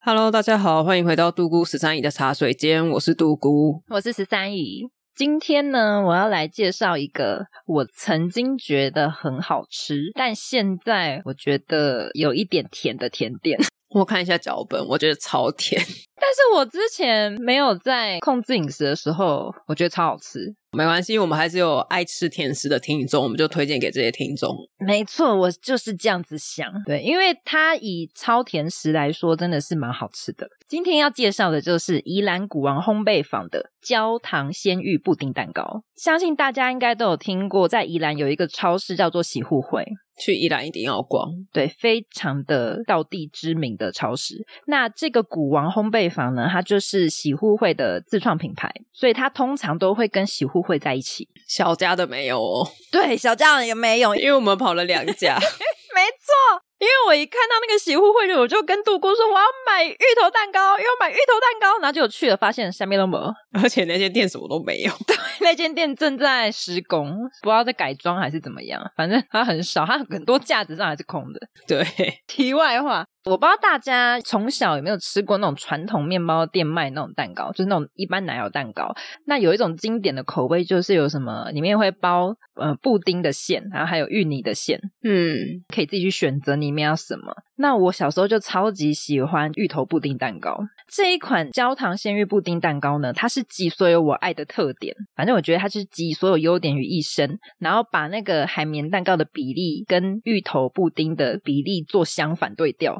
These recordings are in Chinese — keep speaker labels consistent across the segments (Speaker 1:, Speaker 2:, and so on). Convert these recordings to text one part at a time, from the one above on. Speaker 1: Hello，大家好，欢迎回到杜姑十三姨的茶水间，我是杜姑。
Speaker 2: 我是十三姨。今天呢，我要来介绍一个我曾经觉得很好吃，但现在我觉得有一点甜的甜点。
Speaker 1: 我看一下脚本，我觉得超甜，
Speaker 2: 但是我之前没有在控制饮食的时候，我觉得超好吃。
Speaker 1: 没关系，我们还是有爱吃甜食的听众，我们就推荐给这些听众。
Speaker 2: 没错，我就是这样子想。对，因为它以超甜食来说，真的是蛮好吃的。今天要介绍的就是宜兰古王烘焙坊的焦糖鲜芋布丁蛋糕。相信大家应该都有听过，在宜兰有一个超市叫做喜户会，
Speaker 1: 去宜兰一定要逛，
Speaker 2: 对，非常的道地知名的超市。那这个古王烘焙坊呢，它就是喜户会的自创品牌，所以它通常都会跟喜户会在一起。
Speaker 1: 小家的没有哦，
Speaker 2: 对，小家也没有，
Speaker 1: 因为我们跑了两家。
Speaker 2: 没错，因为我一看到那个洗护会的，我就跟杜姑说我要买芋头蛋糕，要买芋头蛋糕，然后就去了，发现下面都没有。
Speaker 1: 而且那些店什么都没有，
Speaker 2: 那间店正在施工，不知道在改装还是怎么样，反正它很少，它很多架子上还是空的。
Speaker 1: 对，
Speaker 2: 题外话，我不知道大家从小有没有吃过那种传统面包店卖那种蛋糕，就是那种一般奶油蛋糕。那有一种经典的口味，就是有什么里面会包呃布丁的馅，然后还有芋泥的馅，
Speaker 1: 嗯，
Speaker 2: 可以自己去选择里面要什么。那我小时候就超级喜欢芋头布丁蛋糕这一款焦糖鲜芋布丁蛋糕呢，它是集所有我爱的特点，反正我觉得它是集所有优点于一身，然后把那个海绵蛋糕的比例跟芋头布丁的比例做相反对调，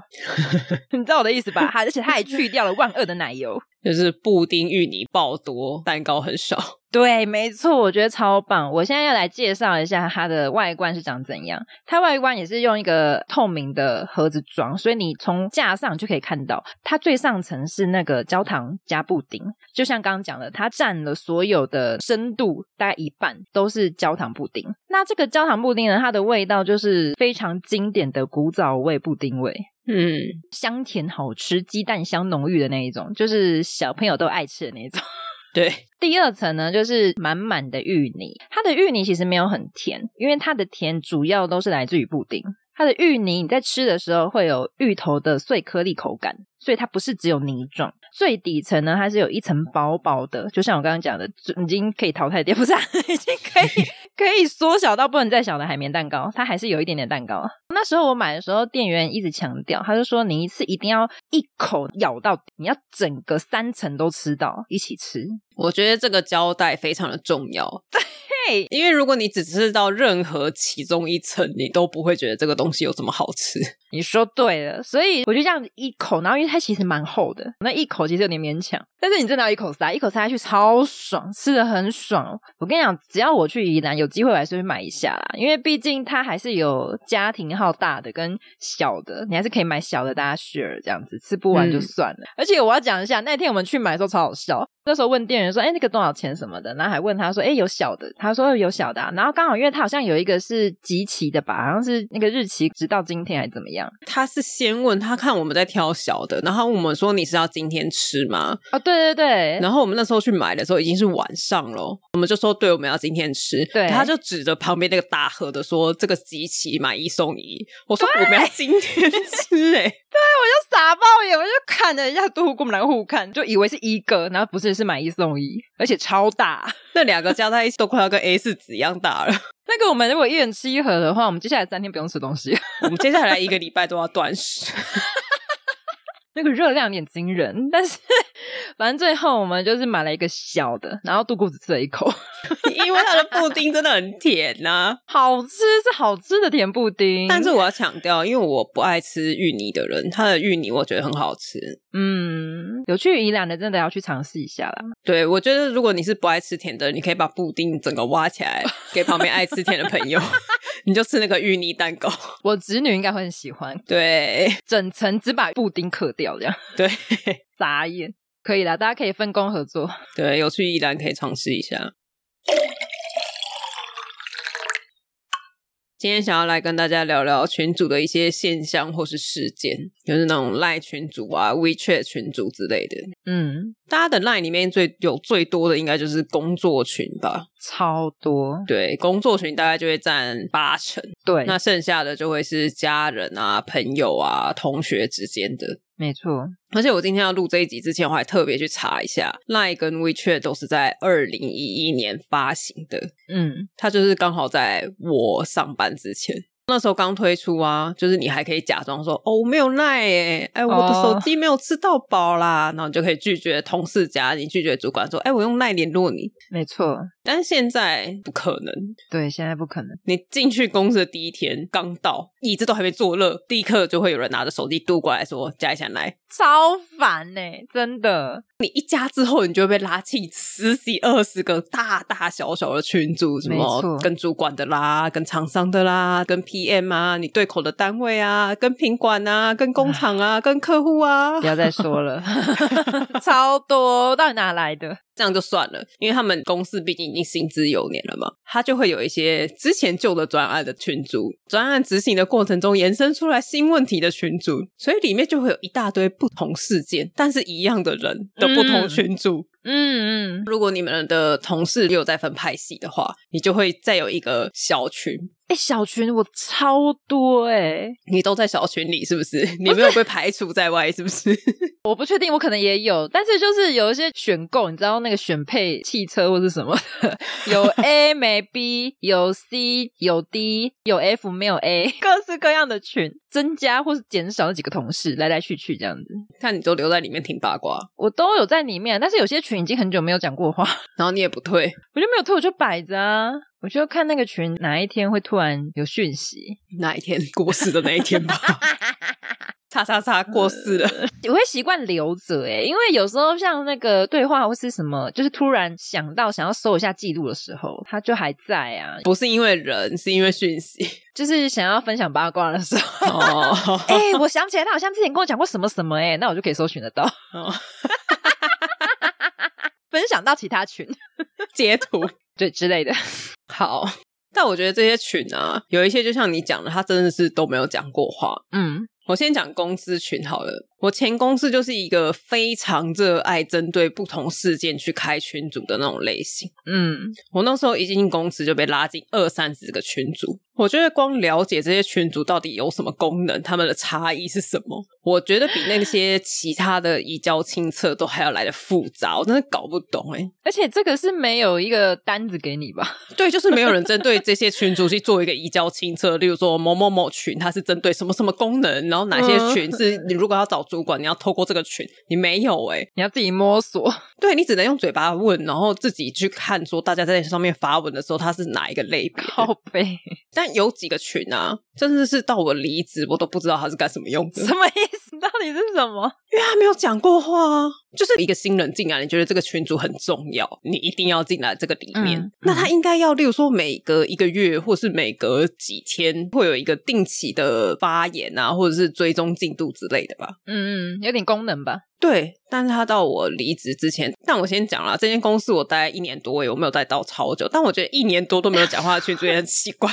Speaker 2: 你知道我的意思吧？它而且它还去掉了万恶的奶油。
Speaker 1: 就是布丁芋泥爆多，蛋糕很少。
Speaker 2: 对，没错，我觉得超棒。我现在要来介绍一下它的外观是长怎样。它外观也是用一个透明的盒子装，所以你从架上就可以看到，它最上层是那个焦糖加布丁，就像刚刚讲的，它占了所有的深度大概一半都是焦糖布丁。那这个焦糖布丁呢，它的味道就是非常经典的古早味布丁味。
Speaker 1: 嗯，
Speaker 2: 香甜好吃，鸡蛋香浓郁的那一种，就是小朋友都爱吃的那一种。
Speaker 1: 对，
Speaker 2: 第二层呢，就是满满的芋泥。它的芋泥其实没有很甜，因为它的甜主要都是来自于布丁。它的芋泥你在吃的时候会有芋头的碎颗粒口感，所以它不是只有泥状。最底层呢，它是有一层薄薄的，就像我刚刚讲的，就已经可以淘汰掉，不是、啊， 已经可以可以缩小到不能再小的海绵蛋糕，它还是有一点点蛋糕。啊那时候我买的时候，店员一直强调，他就说你一次一定要一口咬到底，你要整个三层都吃到，一起吃。
Speaker 1: 我觉得这个胶带非常的重要，
Speaker 2: 嘿，
Speaker 1: 因为如果你只吃到任何其中一层，你都不会觉得这个东西有什么好吃。
Speaker 2: 你说对了，所以我就这样子一口，然后因为它其实蛮厚的，那一口其实有点勉强，但是你真的要一口塞，一口塞下去超爽，吃的很爽。哦我跟你讲，只要我去宜兰，有机会我还是会买一下啦，因为毕竟它还是有家庭号大的跟小的，你还是可以买小的大家 share 这样子，吃不完就
Speaker 1: 嗯
Speaker 2: 算了。而且我要讲一下，那天我们去买的时候超好笑。那时候问店员说：“哎、那个多少钱什么的？”然后还问他说：“哎、有小的？”他说：“有小的、啊。”然后刚好因为他好像有一个是集齐的吧，好像是那个日期直到今天还是怎么样。
Speaker 1: 他是先问他看我们在挑小的，然后我们说你是要今天吃吗？
Speaker 2: 哦，对对对，
Speaker 1: 然后我们那时候去买的时候已经是晚上了，我们就说对，我们要今天吃。
Speaker 2: 对
Speaker 1: 他就指着旁边那个大盒的说这个集齐买一送一。我说我们要今天吃、欸，
Speaker 2: 我就傻爆眼，我就看了一下杜姑，我们两个互看，就以为是一个，然后不是，是买一送一，而且超大。
Speaker 1: 那两个加在一起都快要跟 A 四纸一样大了。
Speaker 2: 那个我们如果一人吃一盒的话，我们接下来三天不用吃东西。
Speaker 1: 我们接下来一个礼拜都要断食，
Speaker 2: 那个热量有点惊人，但是 反正最后我们就是买了一个小的，然后杜姑只吃了一口，
Speaker 1: 因为它的布丁真的很甜呐、
Speaker 2: 好吃是好吃的甜布丁，
Speaker 1: 但是我要强调，因为我不爱吃芋泥的人，它的芋泥我觉得很好吃。
Speaker 2: 嗯，有去宜兰的真的要去尝试一下啦。
Speaker 1: 对，我觉得如果你是不爱吃甜的，你可以把布丁整个挖起来给旁边爱吃甜的朋友，你就吃那个芋泥蛋糕。
Speaker 2: 我侄女应该会很喜欢，
Speaker 1: 对
Speaker 2: 整层只把布丁嗑掉，这样
Speaker 1: 对
Speaker 2: 眨眼。可以啦，大家可以分工合作。
Speaker 1: 对，有去宜兰可以尝试一下。今天想要来跟大家聊聊群组的一些现象或是事件，就是那种赖群组啊、WeChat 群组之类的。
Speaker 2: 嗯，
Speaker 1: 大家的 LINE 里面最有最多的应该就是工作群吧？
Speaker 2: 超多。
Speaker 1: 对，工作群大概就会占八成，
Speaker 2: 对，
Speaker 1: 那剩下的就会是家人啊、朋友啊、同学之间的。
Speaker 2: 没错。
Speaker 1: 而且我今天要录这一集之前，我还特别去查一下，LINE 跟 WeChat 都是在二零一一年发行的，
Speaker 2: 嗯，
Speaker 1: 它就是刚好在我上班之前。那时候刚推出啊，就是你还可以假装说哦，我没有赖哎，哎，我的手机没有吃到饱啦然后你就可以拒绝同事加你，拒绝主管说，哎，我用赖联络你。
Speaker 2: 没错。
Speaker 1: 但是现在不可能，
Speaker 2: 对，现在不可能。
Speaker 1: 你进去公司的第一天刚到，椅子都还没坐热，立刻就会有人拿着手机嘟过来说加一下来。
Speaker 2: 超烦呢、真的。
Speaker 1: 你一加之后，你就会被拉进十几二十个大大小小的群组，什
Speaker 2: 没
Speaker 1: 么
Speaker 2: 错
Speaker 1: 跟主管的啦，跟厂商的啦，跟 PM 啊，你对口的单位啊，跟品管啊，跟工厂啊，跟客户啊
Speaker 2: 不，要再说 了，超多，到底哪来的？
Speaker 1: 这样就算了，因为他们公司毕竟已经行之有年了嘛，他就会有一些之前旧的专案的群组，专案执行的过程中延伸出来新问题的群组，所以里面就会有一大堆不同事件，但是一样的人的不同群组。
Speaker 2: 嗯嗯，
Speaker 1: 如果你们的同事又有在分派系的话，你就会再有一个小群，
Speaker 2: 哎、小群我超多哎、
Speaker 1: 你都在小群里是不是？ 你没有被排除在外是不是？
Speaker 2: 我不确定，我可能也有，但是就是有一些选购，你知道那个选配汽车或是什么的，有 A 没 B，有 C 有 D 有 F 没有 A，各式各样的群，增加或是减少那几个同事，来来去去这样子，
Speaker 1: 看你都留在里面听八卦，
Speaker 2: 我都有在里面，但是有些群已经很久没有讲过话，
Speaker 1: 然后你也不退，
Speaker 2: 我就没有退，我就摆着啊，我就看那个群哪一天会突然有讯息，
Speaker 1: 那一天过世的那一天吧。 呃叉叉叉过世了，
Speaker 2: 我会习惯留着诶、因为有时候像那个对话或是什么，就是突然想到想要搜一下记录的时候，它就还在啊，
Speaker 1: 不是因为人，是因为讯息。
Speaker 2: 就是想要分享八卦的时候。
Speaker 1: 哦，
Speaker 2: 哎、 我想起来，他好像之前跟我讲过什么什么、哎，那我就可以搜寻得到， 分享到其他群，
Speaker 1: 截图
Speaker 2: 对之类的。
Speaker 1: 好。但我觉得这些群啊，有一些就像你讲的，他真的是都没有讲过话。
Speaker 2: 嗯，
Speaker 1: 我先讲公司群好了。我前公司就是一个非常热爱针对不同事件去开群组的那种类型。
Speaker 2: 嗯，
Speaker 1: 我那时候一进公司就被拉进二三十个群组，我觉得光了解这些群组到底有什么功能，他们的差异是什么，我觉得比那些其他的移交清册都还要来的复杂，我真的搞不懂哎、
Speaker 2: 而且这个是没有一个单子给你 吧？
Speaker 1: 对，就是没有人针对这些群组去做一个移交清册，例如说某某某群，它是针对什么什么功能，然后哪些群是你如果要找主管，你要透过这个群，你没有哎、
Speaker 2: 你要自己摸索。
Speaker 1: 对你只能用嘴巴问，然后自己去看说大家在上面发文的时候，它是哪一个类别的。
Speaker 2: 靠背，
Speaker 1: 但有几个群啊，真的是到我离职，我都不知道他是干什么用的，因
Speaker 2: 什么意思？到底是什么？
Speaker 1: 为他没有讲过话啊。就是一个新人进来，你觉得这个群组很重要，你一定要进来这个里面。
Speaker 2: 嗯
Speaker 1: 那他应该要，例如说每隔一个月，或是每隔几天，会有一个定期的发言啊，或者是追踪进度之类的吧。
Speaker 2: 嗯嗯，有点功能吧？
Speaker 1: 对，但是他到我离职之前，但我先讲啦，这间公司我待一年多，我没有待到超久，但我觉得一年多都没有讲话的群组也很奇怪。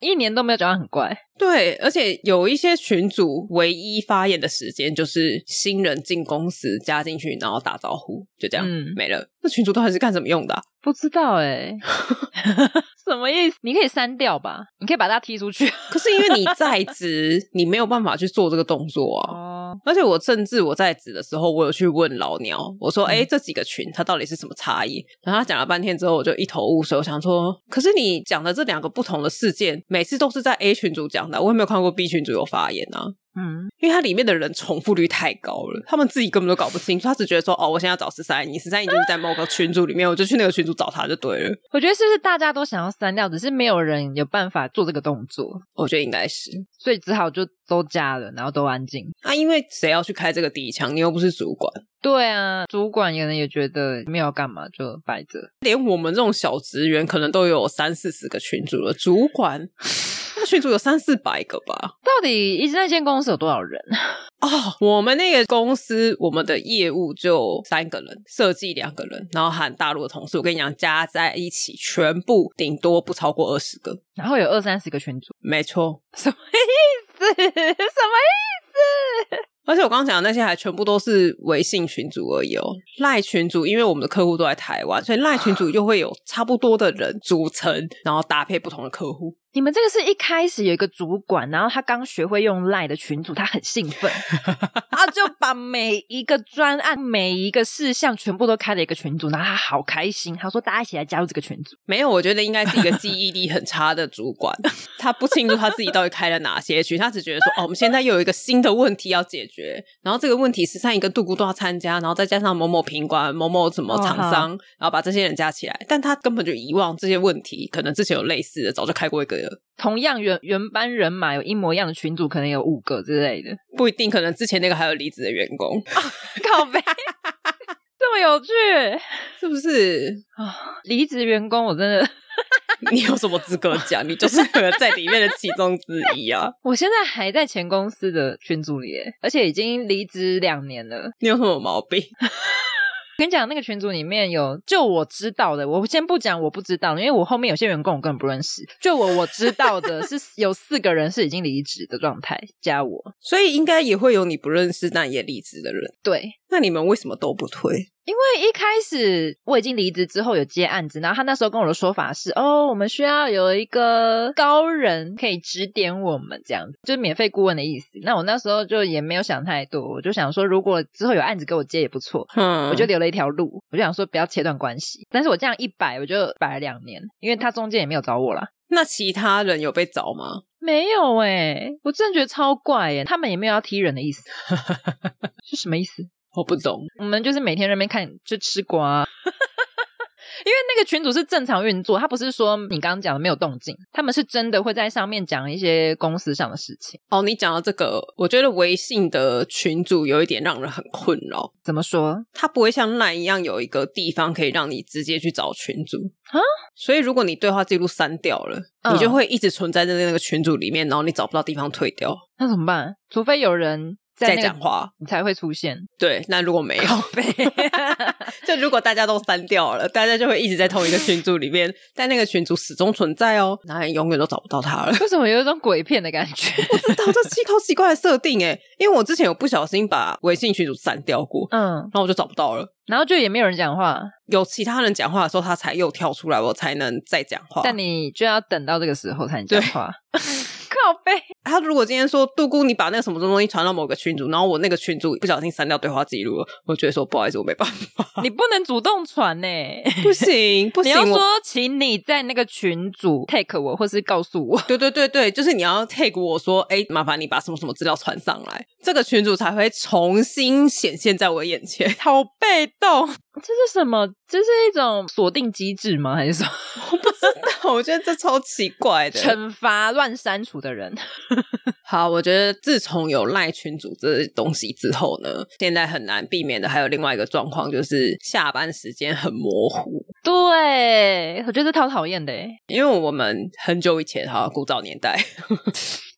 Speaker 2: 一年都没有讲话，很怪。
Speaker 1: 对，而且有一些群组唯一发言的时间就是新人进公司加进去，然后打招呼，就这样、
Speaker 2: 嗯
Speaker 1: 没了。那群主到底是干什么用的啊、
Speaker 2: 不知道哎、 什么意思？你可以删掉吧，你可以把他踢出去。
Speaker 1: 可是因为你在职， 你没有办法去做这个动作啊。
Speaker 2: 哦，
Speaker 1: 而且我甚至我在职的时候，我有去问老鸟，我
Speaker 2: 嗯
Speaker 1: 说：“哎、这几个群它到底是什么差异？”然后他讲了半天之后，我就一头雾水。我想说，可是你讲的这两个不同的事件，每次都是在 A 群组讲的，我也没有看过 B 群组有发言啊。
Speaker 2: 嗯，
Speaker 1: 因为它里面的人重复率太高了，他们自己根本都搞不清楚，他只觉得说哦，我现在要找十三姨，十三姨就是在某个群组里面，我就去那个群组找他就对了。
Speaker 2: 我觉得是不是大家都想要删掉，只是没有人有办法做这个动作，
Speaker 1: 我觉得应该是
Speaker 2: 所以只好就都加了，然后都安静。
Speaker 1: 啊，因为谁要去开这个第一枪？你又不是主管，
Speaker 2: 对啊，主管可能也觉得没有干嘛，就摆着。
Speaker 1: 连我们这种小职员可能都有三四十个群主了，主管那群主有三四百个吧？
Speaker 2: 到底一直那间公司有多少人？
Speaker 1: 哦，我们那个公司，我们的业务就三个人，设计两个人，然后喊大陆的同事，我跟你讲，加在一起全部顶多不超过二十个，
Speaker 2: 然后有二三十个群组，
Speaker 1: 没错。
Speaker 2: 什么意思？什么意思？
Speaker 1: 而且我刚刚讲的那些还全部都是微信群组而已哦，赖群组，因为我们的客户都在台湾，所以赖群组又会有差不多的人组成，然后搭配不同的客户。
Speaker 2: 你们这个是一开始有一个主管，然后他刚学会用赖的群组，他很兴奋，然后就把每一个专案、每一个事项全部都开了一个群组，然后他好开心，他说大家一起来加入这个群组。
Speaker 1: 没有，我觉得应该是一个记忆力很差的主管，他不清楚他自己到底开了哪些群，他只觉得说，哦，我们现在又有一个新的问题要解决，然后这个问题十三姨跟杜姑都要参加，然后再加上某某品管、某某什么厂商，然后把这些人加起来，但他根本就遗忘这些问题，可能之前有类似的，早就开过一个了，
Speaker 2: 同样原原班人马有一模一样的群组，可能有五个之类的，
Speaker 1: 不一定，可能之前那个还有离职的员工，
Speaker 2: 靠背，这么有趣
Speaker 1: 是不是？
Speaker 2: 啊！离职员工，我真的，
Speaker 1: 你有什么资格讲？你就是可能在里面的其中之一啊！
Speaker 2: 我现在还在前公司的群组里耶，而且已经离职两年了。
Speaker 1: 你有什么毛病？
Speaker 2: 跟你讲，那个群组里面有就我知道的，我先不讲我不知道的，因为我后面有些员工我根本不认识。就我我知道的是有四个人是已经离职的状态，加我。
Speaker 1: 所以应该也会有你不认识但也离职的人。
Speaker 2: 对，
Speaker 1: 那你们为什么都不退？
Speaker 2: 因为一开始我已经离职之后有接案子，然后他那时候跟我的说法是，哦，我们需要有一个高人可以指点我们，这样子就是免费顾问的意思。那我那时候就也没有想太多，我就想说，如果之后有案子给我接也不错。
Speaker 1: 嗯
Speaker 2: 我就留了一条路，我就想说不要切断关系，但是我这样一摆，我就摆了两年，因为他中间也没有找我啦。
Speaker 1: 那其他人有被找吗？
Speaker 2: 没有哎、我真的觉得超怪哎、他们也没有要踢人的意 思，是什么意思？
Speaker 1: 我不懂，
Speaker 2: 我们就是每天在那边看就吃瓜啊、 因为那个群主是正常运作，他不是说你刚刚讲的没有动静，他们是真的会在上面讲一些公司上的事情。
Speaker 1: 哦，你讲到这个，我觉得微信的群主有一点让人很困扰，
Speaker 2: 怎么说？
Speaker 1: 它不会像 LINE 一样有一个地方可以让你直接去找群主
Speaker 2: 啊。
Speaker 1: 所以如果你对话记录删掉了，
Speaker 2: 嗯
Speaker 1: 你就会一直存在在那个群组里面，然后你找不到地方退掉
Speaker 2: 那怎么办？除非有人在、那
Speaker 1: 再
Speaker 2: 个
Speaker 1: 讲，话。
Speaker 2: 你才会出现。
Speaker 1: 对，那如果没有，就如果大家都删掉了，大家就会一直在同一个群组里面，但那个群组始终存在哦，然后你永远都找不到他了。
Speaker 2: 为什么有一种鬼片的感觉？
Speaker 1: 知道这是一套奇怪的设定哎，因为我之前有不小心把微信群组删掉过，
Speaker 2: 嗯，
Speaker 1: 然后我就找不到了。
Speaker 2: 然后就也没有人讲话，
Speaker 1: 有其他人讲话的时候，他才又跳出来，我才能再讲话。
Speaker 2: 但你就要等到这个时候才能讲话。 靠背，
Speaker 1: 他如果今天说杜姑，你把那个什么东西传到某个群组，然后我那个群组不小心删掉对话记录了，我觉得说不好意思，我没办法，
Speaker 2: 你不能主动传 呢、
Speaker 1: 不行不
Speaker 2: 你
Speaker 1: 行，
Speaker 2: 要
Speaker 1: 我
Speaker 2: 说，请你在那个群组 take 我，或是告诉我。
Speaker 1: 对对对对，就是你要 take 我说，哎，麻烦你把什么什么资料传上来，这个群主才会重新显现在我眼 前。
Speaker 2: 好被动，这是什么？这是一种锁定机制吗？还是什么？
Speaker 1: 我觉得这超奇怪的。
Speaker 2: 惩罚乱删除的人？
Speaker 1: 好，我觉得自从有赖群组这东西之后呢，现在很难避免的还有另外一个状况，就是下班时间很模糊。
Speaker 2: 对，我觉得超讨厌的欸。
Speaker 1: 因为我们很久以前哈，古早年代，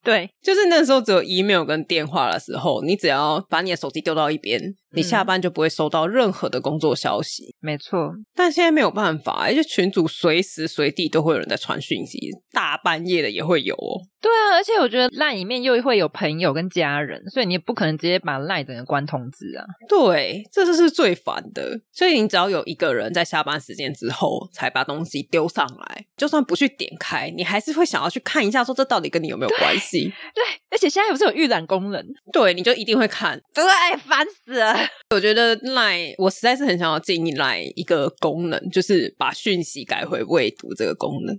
Speaker 2: 对，
Speaker 1: 就是那时候只有 email 跟电话的时候，你只要把你的手机丢到一边，你下班就不会收到任何的工作消息。
Speaker 2: 没错，
Speaker 1: 但现在没有办法，而且群组随时随地都会有人在传讯息，大半夜的也会有哦。
Speaker 2: 对啊，而且我觉得赖里面又会有朋友跟家人，所以你也不可能直接把赖整个关通知啊。
Speaker 1: 对，这就是最烦的。所以你只要有一个人在下班时间之后才把东西丢上来，就算不去点开，你还是会想要去看一下，说这到底跟你有没有关系？
Speaker 2: 对，而且现在不是有预览功能？
Speaker 1: 对，你就一定会看。
Speaker 2: 对，烦死了。
Speaker 1: 我觉得 Line，我实在是很想要建议 Line 一个功能，就是把讯息改回未读这个功能。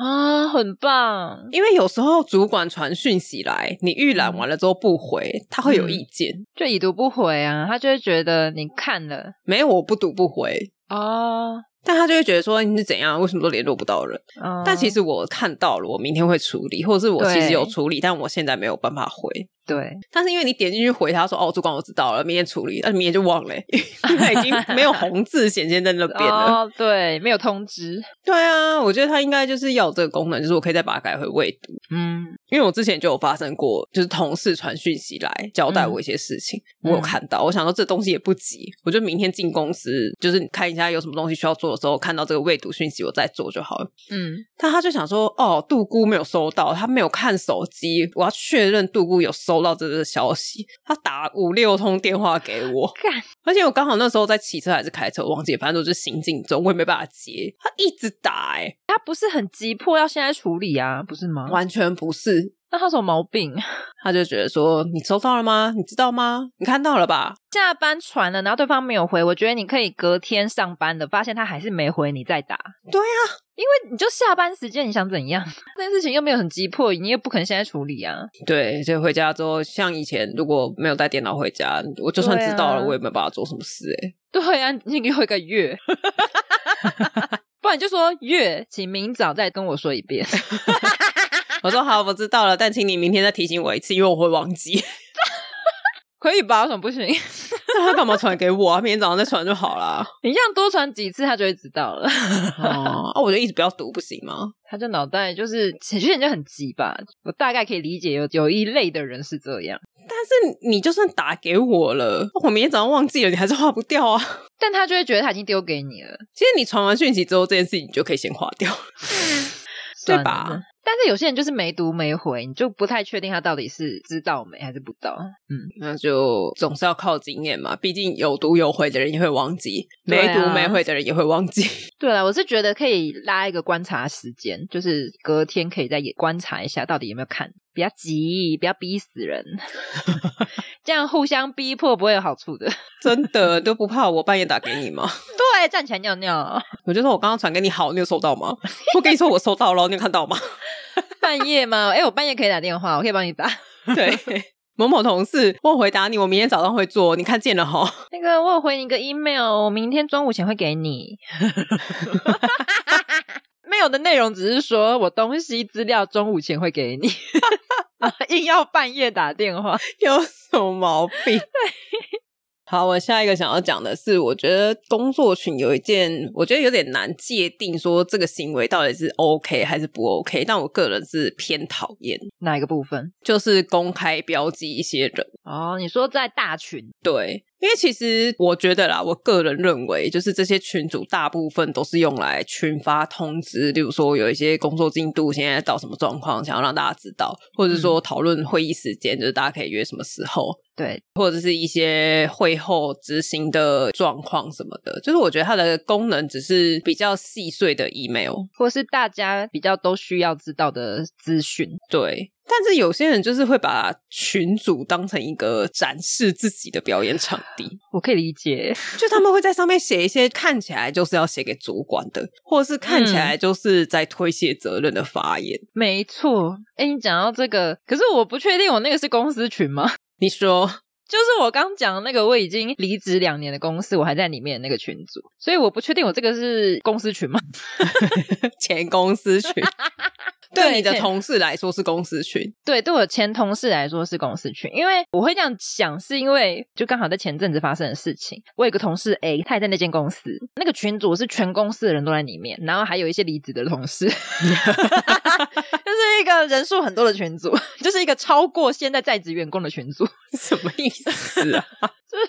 Speaker 2: 啊，很棒，
Speaker 1: 因为有时候主管传讯息来，你预览完了之后不回，他会有
Speaker 2: 嗯
Speaker 1: 意见。
Speaker 2: 就已读不回啊，他就会觉得你看了
Speaker 1: 没有，我不读不回，
Speaker 2: 哦，
Speaker 1: 但他就会觉得说你是怎样，为什么都联络不到人？
Speaker 2: 嗯
Speaker 1: 但其实我看到了，我明天会处理，或者是我其实
Speaker 2: 对
Speaker 1: 有处理，但我现在没有办法回。
Speaker 2: 对，
Speaker 1: 但是因为你点进去回他说哦，主管我知道了，明天处理，但明天就忘了、欸，因为他 已经没有红字显现在那边了。
Speaker 2: 哦，对，没有通知，
Speaker 1: 对啊，我觉得他应该就是要有这个功能，就是我可以再把它改回未读。
Speaker 2: 嗯，
Speaker 1: 因为我之前就有发生过，就是同事传讯息来交代我一些事情，我有看到，我想说这东西也不急，我就明天进公司，就是看一下有什么东西需要做的时候，看到这个未读讯息我再做就好了。
Speaker 2: 嗯，
Speaker 1: 但他就想说，哦，杜姑没有收到，他没有看手机，我要确认杜姑有收到这个消息。他打五六通电话给我，
Speaker 2: 干，
Speaker 1: 而且我刚好那时候在骑车还是开车，我忘记了，反正我就行进中，我也没办法接。他一直打、欸，
Speaker 2: 他不是很急迫要现在处理啊，不是吗？
Speaker 1: 完全不是。
Speaker 2: 那他有什么毛病？
Speaker 1: 他就觉得说，你收到了吗？你知道吗？你看到了吧？
Speaker 2: 下班传了，然后对方没有回，我觉得你可以隔天上班的，发现他还是没回，你再打。
Speaker 1: 对
Speaker 2: 啊，因为你就下班时间，你想怎样？ 这件事情又没有很急迫，你也不可能现在处理啊。
Speaker 1: 对，所以回家之后，像以前如果没有带电脑回家，我就算知道了，
Speaker 2: 对啊
Speaker 1: 我也没办法做什么事、欸。
Speaker 2: 对啊，你给我一个月， 不然你就说月，请明早再跟我说一遍。
Speaker 1: 我说好，我知道了，但请你明天再提醒我一次，因为我会忘记。
Speaker 2: 可以吧？为什么不行？
Speaker 1: 那他干嘛传给我啊？明天早上再传就好啦。
Speaker 2: 你这样多传几次，他就会知道了。
Speaker 1: 哦，啊，我就一直不要读，不行吗？
Speaker 2: 他就脑袋就是，其实人就很急吧。我大概可以理解有有一类的人是这样，
Speaker 1: 但是你就算打给我了，我明天早上忘记了，你还是划不掉啊。
Speaker 2: 但他就会觉得他已经丢给你了。
Speaker 1: 其实你传完讯息之后，这件事情你就可以先划掉。对吧
Speaker 2: 算了？但是有些人就是没读没回，你就不太确定他到底是知道没还是不到。嗯，
Speaker 1: 那就总是要靠经验嘛，毕竟有读有回的人也会忘记，没
Speaker 2: 对啊
Speaker 1: 读没回的人也会忘记。
Speaker 2: 对了，我是觉得可以拉一个观察时间，就是隔天可以再也观察一下到底有没有看，不要急，不要逼死 人，这样互相逼迫不会有好处的。
Speaker 1: 真的都不怕我半夜打给你吗？
Speaker 2: 对，站起来尿尿，
Speaker 1: 我就说我刚刚传给你好，你有收到吗？我跟你说我收到了，你有看到吗？
Speaker 2: 半夜吗？哎、我半夜可以打电话，我可以帮你打。
Speaker 1: 对，某某同事，我有回答你，我明天早上会做，你看见了哈。
Speaker 2: 那个我有回你一个 email，我明天中午前会给你。没有的内容只是说我东西资料中午前会给你， 啊硬要半夜打电话。
Speaker 1: 有什么毛病？ 好，我下一个想要讲的是，我觉得工作群有一件，我觉得有点难界定，说这个行为到底是 OK 还是不 OK。但我个人是偏讨厌，
Speaker 2: 哪一个部分？
Speaker 1: 就是公开标记一些人。
Speaker 2: 哦，你说在大群
Speaker 1: 对，因为其实我觉得啦，我个人认为，就是这些群主大部分都是用来群发通知，例如说有一些工作进度现在到什么状况，想要让大家知道，或者是说讨论会议时间，就是大家可以约什么时候，
Speaker 2: 对
Speaker 1: 或者是一些会后执行的状况什么的，就是我觉得它的功能只是比较细碎的 email，
Speaker 2: 或是大家比较都需要知道的资讯，
Speaker 1: 对。但是有些人就是会把群组当成一个展示自己的表演场地，
Speaker 2: 我可以理解。
Speaker 1: 就他们会在上面写一些看起来就是要写给主管的，或者是看
Speaker 2: 嗯
Speaker 1: 起来就是在推卸责任的发言。
Speaker 2: 没错，哎，你讲到这个，可是我不确定我那个是公司群吗？
Speaker 1: 你说
Speaker 2: 就是我刚讲的那个，我已经离职两年的公司，我还在里面的那个群组，所以我不确定我这个是公司群吗？
Speaker 1: 前公司 群，对
Speaker 2: 对
Speaker 1: 你的
Speaker 2: 前
Speaker 1: 同事来说是公司群，
Speaker 2: 对，对我前同事来说是公司群，因为我会这样想，是因为就刚好在前阵子发生的事情，我有一个同事 A，他也在那间公司，那个群组是全公司的人都在里面，然后还有一些离职的同事，就是一个人数很多的群组，就是一个超过现在在职员工的群组。
Speaker 1: 什么意思 啊？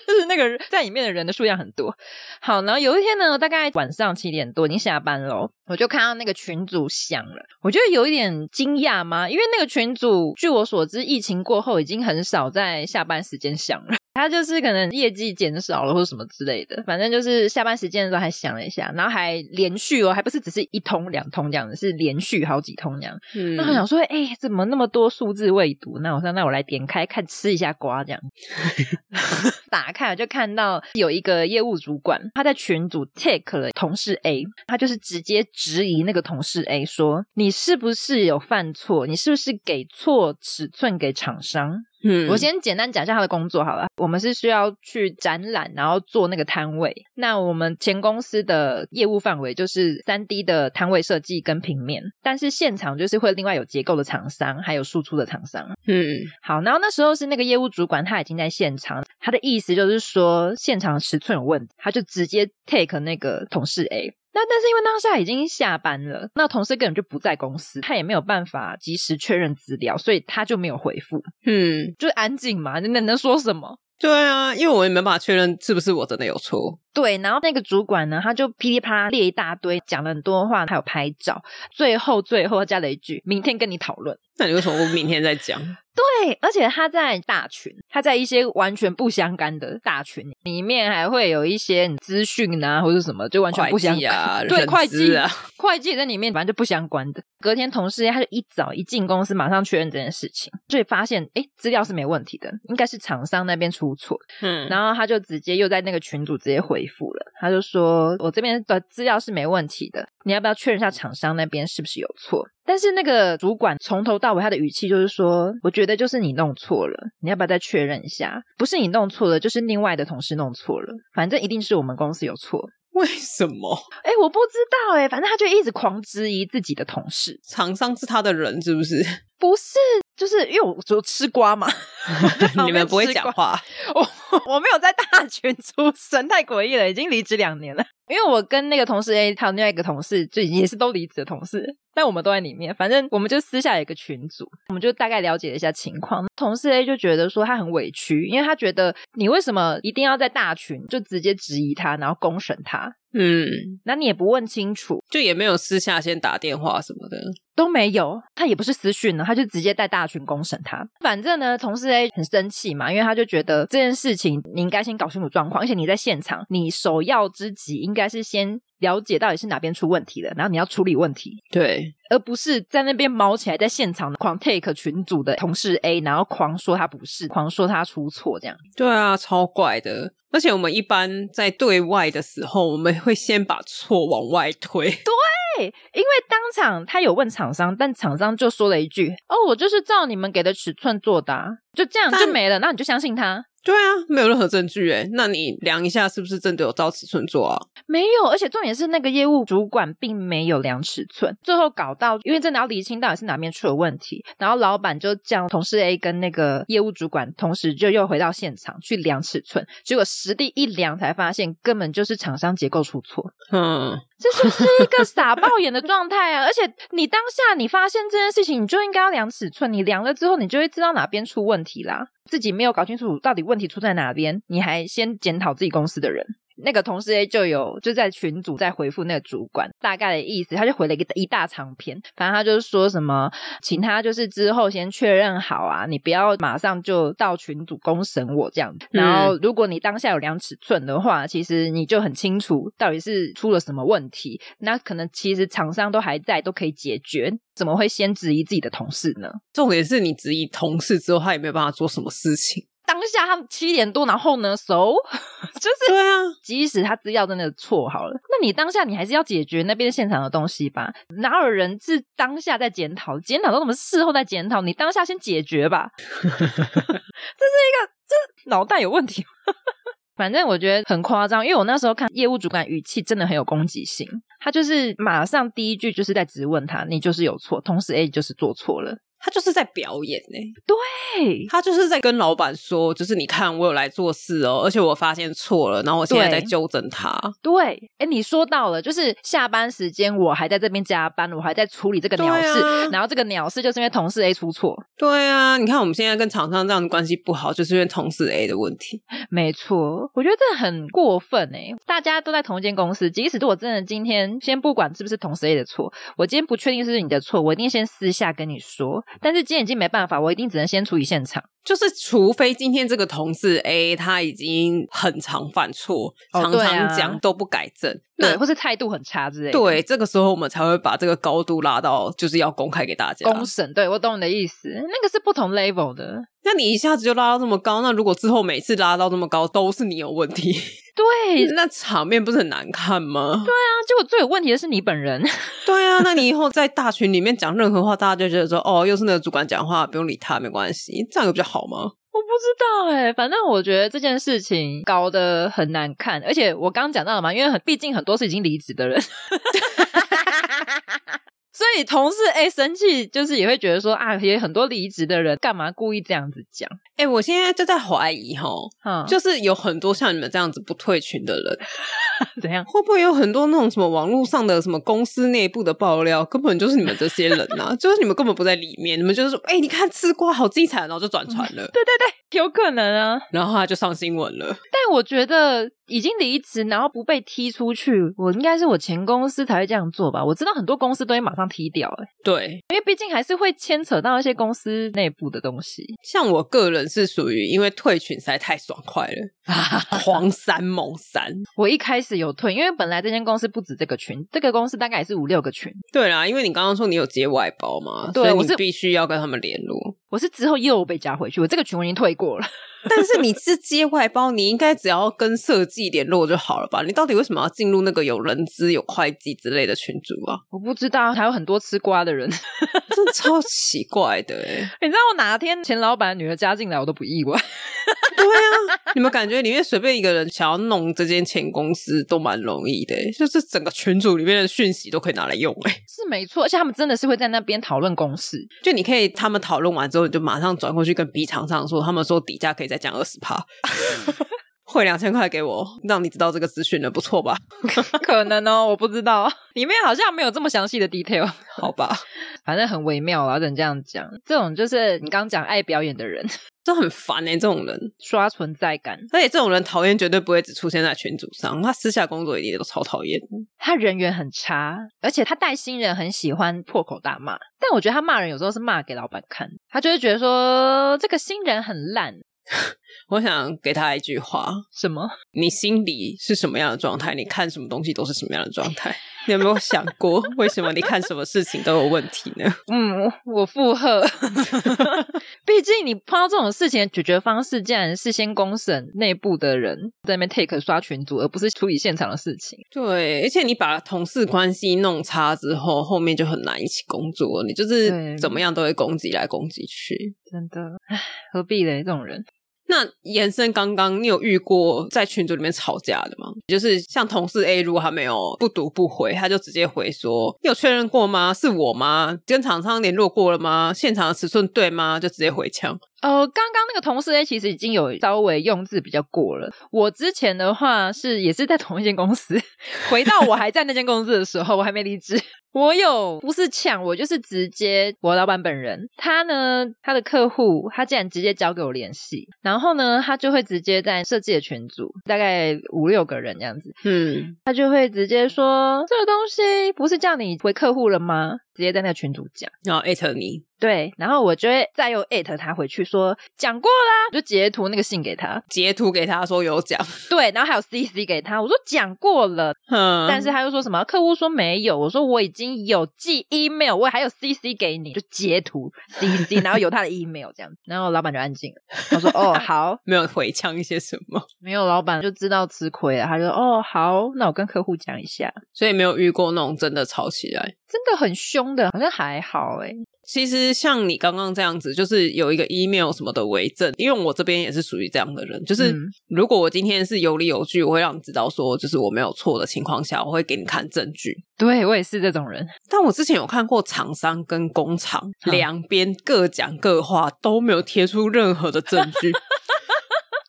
Speaker 2: 就是那个人在里面的人的数量很多。好，然后有一天呢，大概晚上七点多已经下班了，哦我就看到那个群组响了，我觉得有一点惊讶嘛，因为那个群组据我所知，疫情过后已经很少在下班时间响了。他就是可能业绩减少了或者什么之类的，反正就是下班时间的时候还想了一下，然后还连续哦，还不是只是一通两通这样子，是连续好几通这样。
Speaker 1: 嗯
Speaker 2: 那我想说，哎、怎么那么多数字未读？那我说，那我来点开看，吃一下瓜这样。打开我就看到有一个业务主管，他在群组 take 了同事 A，他就是直接质疑那个同事 A 说：“你是不是有犯错？你是不是给错尺寸给厂商？”
Speaker 1: 嗯
Speaker 2: 我先简单讲一下他的工作好了。我们是需要去展览，然后做那个摊位。那我们前公司的业务范围就是三 D 的摊位设计跟平面，但是现场就是会另外有结构的厂商，还有输出的厂商。
Speaker 1: 嗯
Speaker 2: 好，然后那时候是那个业务主管他已经在现场，他的意思就是说现场尺寸有问题，他就直接 take 那个同事 A。那但是因为当下已经下班了，那同事根本就不在公司，他也没有办法及时确认资料，所以他就没有回复。
Speaker 1: 嗯，
Speaker 2: 就安静嘛，你能能说什么？
Speaker 1: 对啊，因为我也没办法确认是不是我真的有错。
Speaker 2: 对，然后那个主管呢，他就噼里啪啦列一大堆，讲了很多话，还有拍照，最后最后加了一句：“明天跟你讨论。
Speaker 1: 那你为什么不明天再讲？”
Speaker 2: 对，而且他在大群，他在一些完全不相干的大群里面，还会有一些资讯啊，或者什么，就 完全不相
Speaker 1: 会计
Speaker 2: 干。
Speaker 1: 啊，
Speaker 2: 对，
Speaker 1: 人
Speaker 2: 会
Speaker 1: 资
Speaker 2: 计
Speaker 1: 啊，，
Speaker 2: 会计也在里面，反正就不相关的。隔天同事他就一早一进公司，马上确认这件事情，所以发现哎，诶资料是没问题的，应该是厂商那边出错。
Speaker 1: 嗯，
Speaker 2: 然后他就直接又在那个群组直接回复了，他就说：“我这边的资料是没问题的，你要不要确认一下厂商那边是不是有错？”但是那个主管从头到尾他的语气就是说：“我觉得就是你弄错了，你要不要再确认一下？不是你弄错了，就是另外的同事弄错了，反正一定是我们公司有错。
Speaker 1: 为什么”
Speaker 2: 哎，我不知道哎，反正他就一直狂质疑自己的同事。
Speaker 1: 厂商是他的人是不 是？，
Speaker 2: 不是，就是因为我只有吃瓜嘛
Speaker 1: 你们不会讲话，
Speaker 2: 我我没有在大群出生， 太诡异了，已经离职两年了。因为我跟那个同事 A 还有另外一个同事，就也是都离职的同事，但我们都在里面。反正我们就私下有一个群组，我们就大概了解了一下情况。同事 A 就觉得说他很委屈，因为他觉得你为什么一定要在大群就直接质疑他，然后公审他？
Speaker 1: 嗯，
Speaker 2: 那你也不问清楚，
Speaker 1: 就也没有私下先打电话什么的，
Speaker 2: 都没有，他也不是私讯呢，他就直接带大群公审他。反正呢，同事 A 很生气嘛，因为他就觉得这件事情你应该先搞清楚状况，而且你在现场，你首要之急应该是先了解到底是哪边出问题了，然后你要处理问题，
Speaker 1: 对，
Speaker 2: 而不是在那边毛起来，在现场狂 take 群组的同事 A，然后狂说他不是，狂说他出错这样。
Speaker 1: 对啊，超怪的。而且我们一般在对外的时候，我们会先把错往外推，
Speaker 2: 对，因为当场他有问厂商，但厂商就说了一句：“哦，我就是照你们给的尺寸做的、啊，就这样
Speaker 1: 但
Speaker 2: 就没了。”那你就相信他。
Speaker 1: 对啊，没有任何证据哎，那你量一下是不是真的有照尺寸做啊？
Speaker 2: 没有，而且重点是那个业务主管并没有量尺寸，最后搞到因为真的要厘清到底是哪边出了问题，然后老板就叫同事 A 跟那个业务主管同时就又回到现场去量尺寸，结果实地一量才发现根本就是厂商结构出错，
Speaker 1: 嗯，
Speaker 2: 这就是一个傻爆眼的状态啊！而且你当下你发现这件事情，你就应该要量尺寸，你量了之后你就会知道哪边出问题啦。自己没有搞清楚到底问题出在哪边，你还先检讨自己公司的人。那个同事 A 就有就在群组在回复那个主管大概的意思，他就回了一个一大长篇，反正他就是说什么，请他就是之后先确认好啊，你不要马上就到群组公审我这样。然后如果你当下有量尺寸的话，其实你就很清楚到底是出了什么问题，那可能其实厂商都还在，都可以解决，怎么会先质疑自己的同事呢？
Speaker 1: 重点是你质疑同事之后，他也没有办法做什么事情。
Speaker 2: 当下他们七点多，然后呢，so 就是
Speaker 1: 对啊，
Speaker 2: 即使他资料真的错好了，那你当下你还是要解决那边现场的东西吧？哪有人是当下在检讨？检讨都怎么事后再检讨？你当下先解决吧。这是一个，这脑袋有问题。 反正我觉得很夸张，因为我那时候看业务主管语气真的很有攻击性，他就是马上第一句就是在质问他，你就是有错，同时 A 就是做错了。
Speaker 1: 他就是在表演呢、
Speaker 2: 嘿，
Speaker 1: 他就是在跟老板说，就是你看我有来做事哦，而且我发现错了，然后我现在在
Speaker 2: 对
Speaker 1: 纠正他。
Speaker 2: 对，哎，你说到了，就是下班时间我还在这边加班，我还在处理这个鸟事，
Speaker 1: 对啊
Speaker 2: 然后这个鸟事就是因为同事 A 出错，
Speaker 1: 对啊，你看我们现在跟厂商这样的关系不好，就是因为同事 A 的问题。
Speaker 2: 没错，我觉得这很过分哎，大家都在同一间公司，即使我真的今天先不管是不是同事 A 的错，我今天不确定是不是你的错，我一定先私下跟你说，但是今天已经没办法，我一定只能先处理现场。
Speaker 1: 就是除非今天这个同事 A 他已经很常犯错，
Speaker 2: 哦
Speaker 1: 常
Speaker 2: 对啊
Speaker 1: 常讲都不改正，
Speaker 2: 对，
Speaker 1: 那
Speaker 2: 或是态度很差之类
Speaker 1: 嗯
Speaker 2: 的。，
Speaker 1: 对这个时候我们才会把这个高度拉到就是要公开给大家。
Speaker 2: 公审，对我懂你的意思，那个是不同 level 的。
Speaker 1: 那你一下子就拉到这么高，那如果之后每次拉到这么高都是你有问题，
Speaker 2: 对，
Speaker 1: 那场面不是很难看吗？对
Speaker 2: 那结果最有问题的是你本人。
Speaker 1: 对啊，那你以后在大群里面讲任何话，大家就觉得说哦，又是那个主管讲话，不用理他，没关系，这样有比较好吗？
Speaker 2: 我不知道哎、反正我觉得这件事情搞得很难看，而且我刚刚讲到了嘛，因为很毕竟很多是已经离职的人， 所以同事哎、生气，就是也会觉得说啊，也很多离职的人干嘛故意这样子讲？
Speaker 1: 哎、我现在就在怀疑哈，
Speaker 2: 哈、就
Speaker 1: 就是有很多像你们这样子不退群的人，
Speaker 2: 怎样？
Speaker 1: 会不会有很多那种什么网络上的什么公司内部的爆料，根本就是你们这些人呐、 就是你们根本不在里面，你们就是说，哎、你看吃瓜好精彩，然后就转传了，
Speaker 2: 对对对，有可能啊。
Speaker 1: 然后他就上新闻了。
Speaker 2: 但我觉得已经离职，然后不被踢出去，我应该是我前公司才会这样做吧。我知道很多公司都会马上踢掉、欸，
Speaker 1: 对，
Speaker 2: 因为毕竟还是会牵扯到一些公司内部的东西。
Speaker 1: 像我个人是属于因为退群实在太爽快了，狂删猛删。
Speaker 2: 我一开始有退，因为本来这间公司不止这个群，这个公司大概也是五六个群。
Speaker 1: 对啦，因为你刚刚说你有接外包嘛，
Speaker 2: 对
Speaker 1: 所以
Speaker 2: 我
Speaker 1: 你
Speaker 2: 是
Speaker 1: 必须要跟他们联络。
Speaker 2: 我是之后又被加回去，我这个群我已经退过了。
Speaker 1: 但是你是接外包，你应该只要跟设计联络就好了吧？你到底为什么要进入那个有人资、有会计之类的群组啊？
Speaker 2: 我不知道还有很多吃瓜的人， 你
Speaker 1: 真的超奇怪的欸
Speaker 2: 知道我哪天前老板的女儿加进来，我都不意外。
Speaker 1: 对啊，你们感觉里面随便一个人想要弄这间前公司都蛮容易的欸，就是整个群组里面的讯息都可以拿来用哎。
Speaker 2: 是没错，而且他们真的是会在那边讨论公事。
Speaker 1: 就你可以他们讨论完之后，你就马上转过去跟 B 厂商说，他们说底价可以再降二十趴，汇两千块给我，让你知道这个资讯了，不错吧？
Speaker 2: 可能哦，我不知道， 里面好像没有这么详细的 detail，
Speaker 1: 好吧，
Speaker 2: 反正很微妙啊啦，只能这样讲。这种就是你刚讲爱表演的人，
Speaker 1: 这很烦哎、这种人，
Speaker 2: 刷存在感，
Speaker 1: 而且这种人讨厌绝对不会只出现在群组上，他私下工作一定都超讨厌的。
Speaker 2: 他人缘很差，而且他带新人很喜欢破口大骂。但我觉得他骂人有时候是骂给老板看，他就会觉得说这个新人很烂。
Speaker 1: 我想给他一句话，
Speaker 2: 什么？
Speaker 1: 你心里是什么样的状态，你看什么东西都是什么样的状态。你有没有想过，为什么你看什么事情都有问题呢？
Speaker 2: 嗯，我附和。 毕竟你碰到这种事情的解决方式，竟然是先公审内部的人在那边 take 刷群组，而不是处理现场的事情。
Speaker 1: 对，而且你把同事关系弄差之后，后面就很难一起工作。你就是
Speaker 2: 对
Speaker 1: 怎么样都会攻击来攻击去。
Speaker 2: 真的，唉，何必嘞？这种人，
Speaker 1: 那延伸刚刚，你有遇过在群组里面吵架的吗？就是像同事 A，如果他没有不读不回，他就直接回说：“你有确认过吗？是我吗？跟厂商联络过了吗？现场的尺寸对吗？”就直接回枪。
Speaker 2: 呃，刚刚那个同事 A 其实已经有稍微用字比较过了。我之前的话是也是在同一间公司， 回到我还在那间公司的时候，我还没离职。我有不是抢，我就是直接我老板本人，他呢他的客户，他竟然直接交给我联系，然后呢他就会直接在设计的群组，大概五六个人这样子，
Speaker 1: 嗯，
Speaker 2: 他就会直接说这个东西不是叫你回客户了吗？直接在那个群组讲。
Speaker 1: 然后艾特你，
Speaker 2: 对，然后我就会再又艾特他回去说讲过啦，我就截图那个信给他，
Speaker 1: 截图给他说有奖，
Speaker 2: 对，然后还有 CC 给他，我说讲过了，
Speaker 1: 嗯，
Speaker 2: 但是他又说什么客户说没有，我说我已经有寄 email，我还有 CC 给你，就截图 CC，然后有他的 email 这样，然后老板就安静了，他说哦好，
Speaker 1: 没有回呛一些什么，
Speaker 2: 没有老板就知道吃亏了，他就说哦好，那我跟客户讲一下，
Speaker 1: 所以没有遇过那种真的吵起来。
Speaker 2: 真的很凶的，好像还好欸诶、
Speaker 1: 其实像你刚刚这样子，就是有一个 email 什么的为证，因为我这边也是属于这样的人，就是
Speaker 2: 嗯
Speaker 1: 如果我今天是有理有据，我会让你知道说，就是我没有错的情况下，我会给你看证据。
Speaker 2: 对我也是这种人，
Speaker 1: 但我之前有看过厂商跟工厂
Speaker 2: 嗯
Speaker 1: 两边各讲各话，都没有贴出任何的证据。我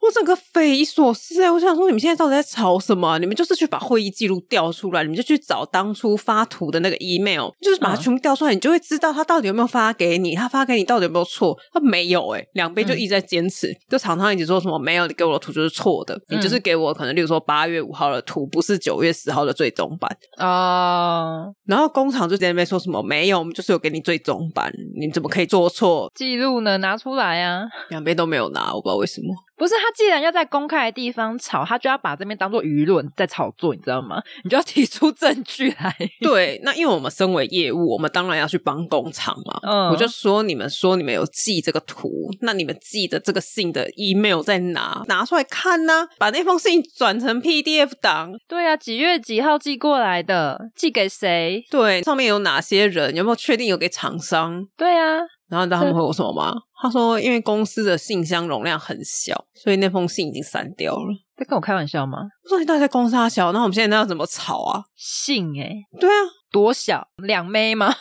Speaker 1: 我整个匪夷所思哎、我想说你们现在到底在吵什么啊、你们就是去把会议记录调出来，你们就去找当初发图的那个 email，就是把它全部调出来，你就会知道他到底有没有发给你，他发给你到底有没有错？他没有哎、两边就一直在坚持，就常常一直说什么没有，你给我的图就是错的，你就是给我可能例如说八月五号的图，不是九月十号的最终版。
Speaker 2: 哦，
Speaker 1: 然后工厂就在那边说什么没有，我们就是有给你最终版，你怎么可以做错？
Speaker 2: 记录呢拿出来啊！
Speaker 1: 两边都没有拿，我不知道为什么。
Speaker 2: 不是他既然要在公开的地方吵，他就要把这边当做舆论在炒作，你知道吗？ 你就要提出证据来。
Speaker 1: 对，那因为我们身为业务，我们当然要去帮工厂嘛。
Speaker 2: 嗯
Speaker 1: 我就说你们说你们有寄这个图，那你们寄的这个信的 email 在哪？拿出来看呐、把那封信转成 PDF 档。
Speaker 2: 对啊，几月几号寄过来的？寄给谁？
Speaker 1: 对，上面有哪些人？有没有确定有给厂商？
Speaker 2: 对啊，
Speaker 1: 然后你知道他们回我什么吗？他说因为公司的信箱容量很小，所以那封信已经删掉了。
Speaker 2: 在跟我开玩笑吗？
Speaker 1: 我说你到底在公司大小？那我们现在要怎么吵啊？
Speaker 2: 信诶、
Speaker 1: 对啊，
Speaker 2: 多小？两枚吗？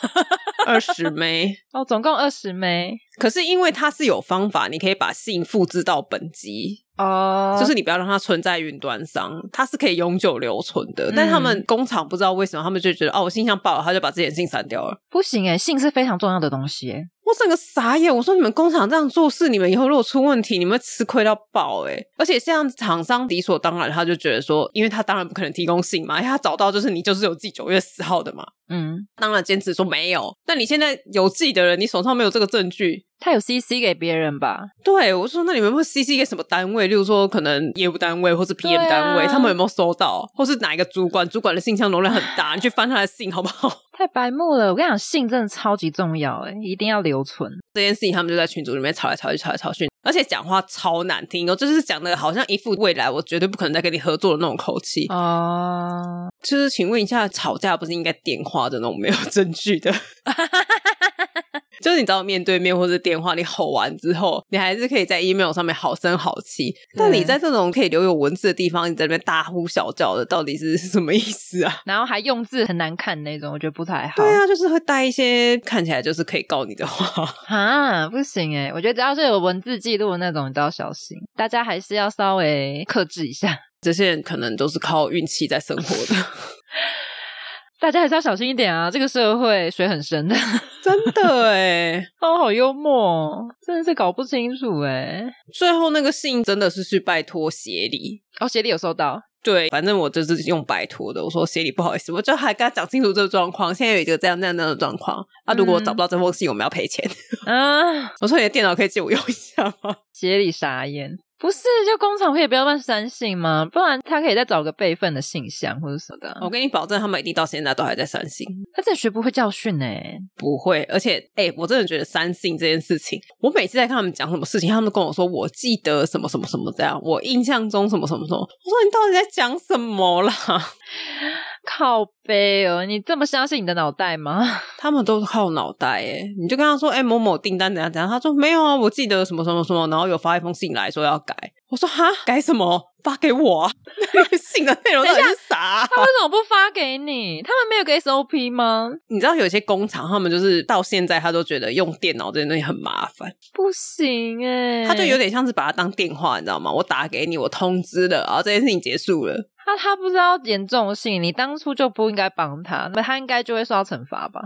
Speaker 1: 二十枚。
Speaker 2: 哦，总共二十枚
Speaker 1: 可是因为它是有方法，你可以把信复制到本集，
Speaker 2: 哦
Speaker 1: 就是你不要让它存在云端上，它是可以永久留存的。但他们工厂不知道为什么，他们就觉得哦，我信箱爆了，他就把这件信删掉了。
Speaker 2: 不行诶、欸信是非常重要的东西诶、欸
Speaker 1: 我整个傻眼，我说你们工厂这样做事，你们以后如果出问题，你们会吃亏到爆哎、而且像厂商理所当然，他就觉得说，因为他当然不可能提供信嘛，因为他找到就是你就是有寄九月十号的嘛，
Speaker 2: 嗯，
Speaker 1: 当然坚持说没有。那你现在有寄的人，你手上没有这个证据，
Speaker 2: 他有 CC 给别人吧？
Speaker 1: 对，我说那你们会 CC 给什么单位？例如说，可能业务单位或是 PM
Speaker 2: 对啊
Speaker 1: 单位，他们有没有收到？或是哪一个主管？主管的信箱容量很大，你去翻他的信好不 好？
Speaker 2: 太白目了！我跟你讲，信真的超级重要诶、一定要留存。
Speaker 1: 这件事情他们就在群组里面吵来吵去，吵来吵去，而且讲话超难听哦，就是讲的好像一副未来我绝对不可能再跟你合作的那种口气。
Speaker 2: 哦，
Speaker 1: 就是请问一下，吵架不是应该电话的那种没有证据的？ 就是你知道面对面或者电话，你吼完之后，你还是可以在 email 上面好声好气。但你在这种可以留有文字的地方，你在那边大呼小叫的，到底是 什么意思啊？
Speaker 2: 然后还用字很难看那种，我觉得不太好。
Speaker 1: 对啊，就是会带一些看起来就是可以告你的话。
Speaker 2: 啊，不行诶、我觉得只要是有文字记录的那种，你都要小心。大家还是要稍微克制一下，
Speaker 1: 这些人可能都是靠运气在生活的，
Speaker 2: 大家还是要小心一点啊！这个社会水很深的。
Speaker 1: 真的哎。
Speaker 2: 哦，好幽默哦，真的是搞不清楚欸诶。
Speaker 1: 最后那个信真的是去拜托协理，
Speaker 2: 哦，协力有收到，
Speaker 1: 对，反正我就是用拜托的。我说协理不好意思，我就还跟他讲清楚这个状况，现在有一个这样那样那样的状况啊。如果我找不到这封信，我们要赔钱。
Speaker 2: 啊，
Speaker 1: 我说你的电脑可以借我用一下吗？
Speaker 2: 协力傻眼。不是，就工厂可以不要乱删信吗？不然他可以再找个备份的信箱或者什么的啊。
Speaker 1: 我跟你保证，他们一定到现在都还在三信，
Speaker 2: 他真的学不会教训欸诶。
Speaker 1: 不会。而且，哎、我真的觉得三信这件事情，我每次在看他们讲什么事情，他们都跟我说我记得什么什么什么这样，我印象中什么什么什么。我说你到底在讲什么啦？
Speaker 2: 靠背哦，你这么相信你的脑袋吗？
Speaker 1: 他们都是靠脑袋哎，你就跟他说哎、某某订单怎样怎样，他说没有啊，我记得什么什么什么，然后有发一封信来说要改，我说哈改什么？发给我、啊， 那个信的内容到底是啥啊、
Speaker 2: 他为什么不发给 你？他们没有个 SOP 吗？
Speaker 1: 你知道有些工厂他们就是到现在他都觉得用电脑这些东西很麻烦，
Speaker 2: 不行欸诶，
Speaker 1: 他就有点像是把它当电话，你知道吗？我打给你，我通知了，然后这件事情结束了。
Speaker 2: 他他不知道严重性，你当初就不应该帮他，那他应该就会受到惩罚吧？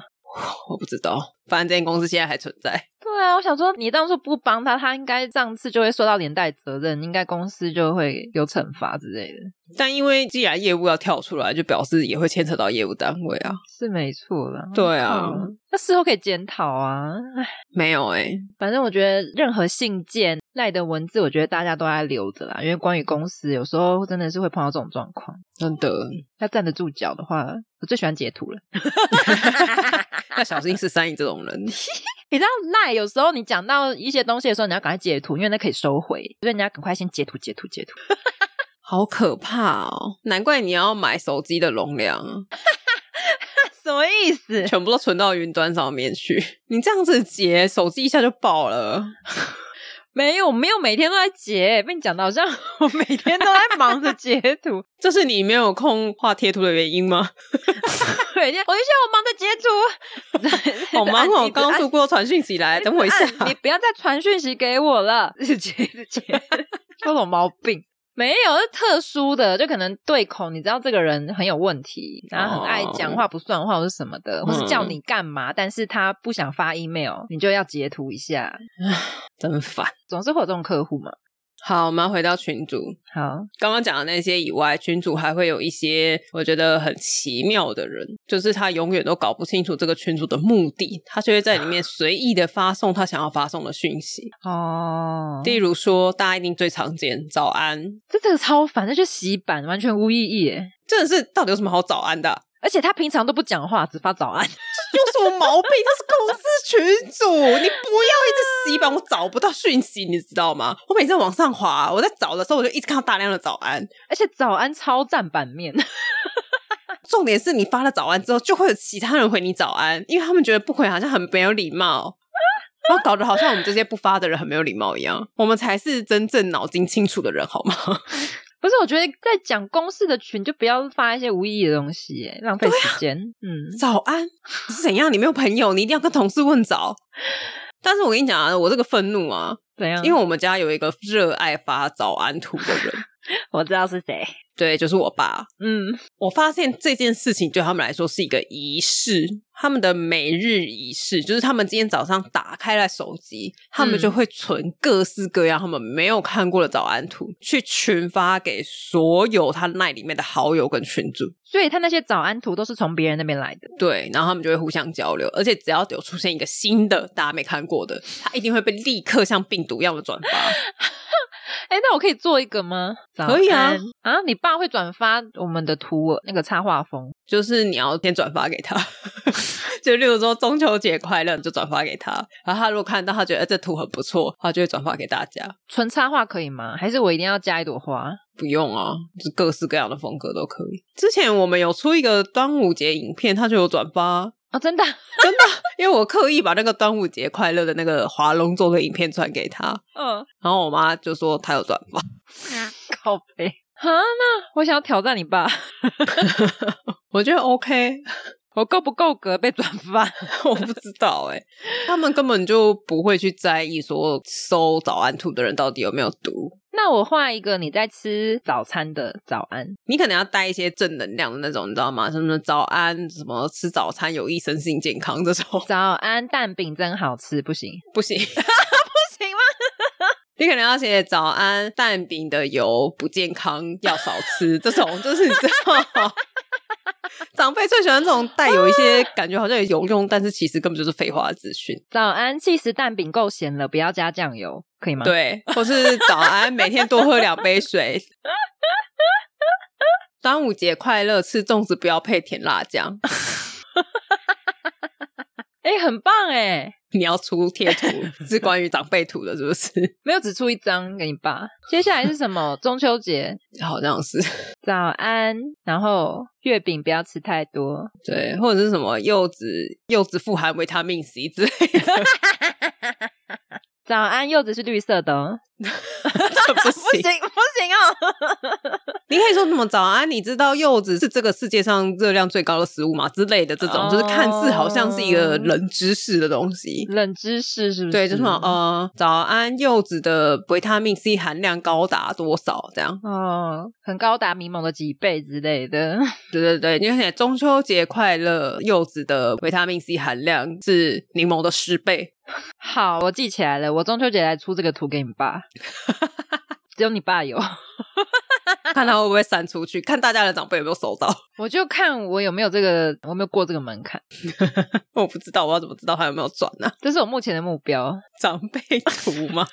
Speaker 1: 我不知道，反正这间公司现在还存在。
Speaker 2: 对啊，我想说，你当初不帮他，他应该上次就会受到连带责任，应该公司就会有惩罚之类的，
Speaker 1: 但因为既然业务要跳出来，就表示也会牵扯到业务单位啊。
Speaker 2: 是没错啦。
Speaker 1: 对啊
Speaker 2: 嗯，那事后可以检讨啊。唉
Speaker 1: 没有哎、
Speaker 2: 反正我觉得任何信件赖的文字，我觉得大家都爱留着啦，因为关于公司有时候真的是会碰到这种状况。
Speaker 1: 真的，
Speaker 2: 要站得住脚的话，我最喜欢截图了。
Speaker 1: 要小心是三姨 E 这种人。
Speaker 2: 你知道赖有时候你讲到一些东西的时候，你要赶快截图，因为那可以收回，所以你要赶快先截图、截图、截图。
Speaker 1: 好可怕哦！难怪你要买手机的容量啊，
Speaker 2: 什么意思？
Speaker 1: 全部都存到云端上面去。 你这样子截，手机一下就爆了。
Speaker 2: 没有，我没有每天都在截，被你讲的好像我每天都在忙着截图，
Speaker 1: 这是你没有空画贴图的原因 吗？
Speaker 2: 每天我就想我忙着截 图，
Speaker 1: 好忙哦，刚刚
Speaker 2: 度啊
Speaker 1: 度过传讯起来，等我一下。
Speaker 2: 你不要再传讯息给我了，一直截一直截。有什么毛病？没有，是特殊的，就可能对口，你知道这个人很有问题，然后很爱
Speaker 1: 哦
Speaker 2: 讲话不算话或是什么的，或是
Speaker 1: 嗯
Speaker 2: 叫你干嘛，但是他不想发 email，你就要截图一下，
Speaker 1: 真烦。
Speaker 2: 总是会有这种客户嘛。
Speaker 1: 好，我们要回到群主。
Speaker 2: 好，
Speaker 1: 刚刚讲的那些以外，群主还会有一些我觉得很奇妙的人，就是他永远都搞不清楚这个群主的目的，他就会在里面随意的发送他想要发送的讯息。
Speaker 2: 哦，
Speaker 1: 例如说，大家一定最常见“早安
Speaker 2: 这这个超烦，那就洗版，完全无意义耶。”，
Speaker 1: 真的是到底有什么好早安的啊、
Speaker 2: 而且他平常都不讲话，只发早安。
Speaker 1: 有什么毛病？这是公司群主，你不要一直洗版，我找不到讯息，你知道吗？我每次在往上滑，啊我在找的时候，我就一直看到大量的早安。
Speaker 2: 而且早安超占版面，
Speaker 1: 重点是你发了早安之后，就会有其他人回你早安，因为他们觉得不回好像很没有礼貌，然后搞得好像我们这些不发的人很没有礼貌一样。我们才是真正脑筋清楚的人，好吗？
Speaker 2: 不是？我觉得在讲公事的群就不要发一些无意义的东西耶，浪费时间。嗯，
Speaker 1: 早安你是怎样？你没有朋友，你一定要跟同事问早。但是我跟你讲啊，我这个愤怒啊，
Speaker 2: 嗯怎样？
Speaker 1: 因为我们家有一个热爱发早安图的人，
Speaker 2: 我知道是谁。
Speaker 1: 对，就是我爸。
Speaker 2: 嗯，
Speaker 1: 我发现这件事情对他们来说是一个仪式，他们的每日仪式就是他们今天早上打开了手机，他们就会存各式各样他们没有看过的早安图，去群发给所有他那里面的好友跟群主，
Speaker 2: 所以他那些早安图都是从别人那边来的。
Speaker 1: 对，然后他们就会互相交流，而且只要有出现一个新的大家没看过的，他一定会被立刻像病毒一样的转发，
Speaker 2: 哎，那我可以做一个吗？早
Speaker 1: 可以啊
Speaker 2: 安啊！你爸会转发我们的图，那个插画风。
Speaker 1: 就是你要先转发给他， 就例如说中秋节快乐，你就转发给他，然后他如果看到他觉得、呃这图很不错，他就会转发给大家。
Speaker 2: 纯插画可以吗？还是我一定要加一朵花？
Speaker 1: 不用啊，就各式各样的风格都可以。之前我们有出一个端午节影片，他就有转发，
Speaker 2: 哦， 真的啊
Speaker 1: 真的，因为我刻意把那个端午节快乐的那个划龙舟的影片传给他，
Speaker 2: 嗯，
Speaker 1: 然后我妈就说他有转发。
Speaker 2: 靠背啊！那我想要挑战你爸，
Speaker 1: 我觉得 OK，
Speaker 2: 我够不够格被转发？
Speaker 1: 我不知道哎、他们根本就不会去在意说搜早安图的人到底有没有读，
Speaker 2: 那我画一个你在吃早餐的早安，
Speaker 1: 你可能要带一些正能量的那种，你知道吗？什么早安，什么吃早餐有益身心健康这种
Speaker 2: 早安蛋饼真好吃，不行
Speaker 1: 不行，
Speaker 2: 不行吗？
Speaker 1: 你可能要写早安蛋饼的油不健康，要少吃这种，就是你知道。 长辈最喜欢这种带有一些感觉好像有用，但是其实根本就是废话的资讯。
Speaker 2: 早安气死蛋饼够咸了，不要加酱油，可以吗？，
Speaker 1: 对，或是早安，每天多喝两杯水。端午节快乐，吃粽子不要配甜辣酱。
Speaker 2: 哎、很棒哎，
Speaker 1: 你要出贴图是关于长辈图的，是不是？
Speaker 2: 没有只出一张给你爸。接下来是什 么？中秋节
Speaker 1: 好像是
Speaker 2: 早安，然后月饼不要吃太多，
Speaker 1: 对，或者是什么柚子，柚子富含维他命 C 之类的，
Speaker 2: 早安柚子是绿色的、哦，
Speaker 1: 这不行。
Speaker 2: 不行哦。
Speaker 1: 你可以说什么早安？你知道柚子是这个世界上热量最高的食物吗？之类的这种，
Speaker 2: 哦
Speaker 1: 就是看似好像是一个冷知识的东西。
Speaker 2: 冷知识是不是？
Speaker 1: 对，就是什
Speaker 2: 嗯
Speaker 1: 么呃，早安柚子的维他命 C 含量高达多少？这样，
Speaker 2: 哦，很高达迷蒙的几倍之类 的。
Speaker 1: 对对对，你看起来中秋节快乐，柚子的维他命 C 含量是柠檬的十倍。
Speaker 2: 好，我记起来了，我中秋节来出这个图给你 爸，只有你爸有，
Speaker 1: 看他会不会删出去，看大家的长辈有没有收到。
Speaker 2: 我就看我有没有这个，我有没有过这个门槛，
Speaker 1: 我不知道，我要怎么知道他有没有转呢、
Speaker 2: 这是我目前的目标。
Speaker 1: 长辈图吗？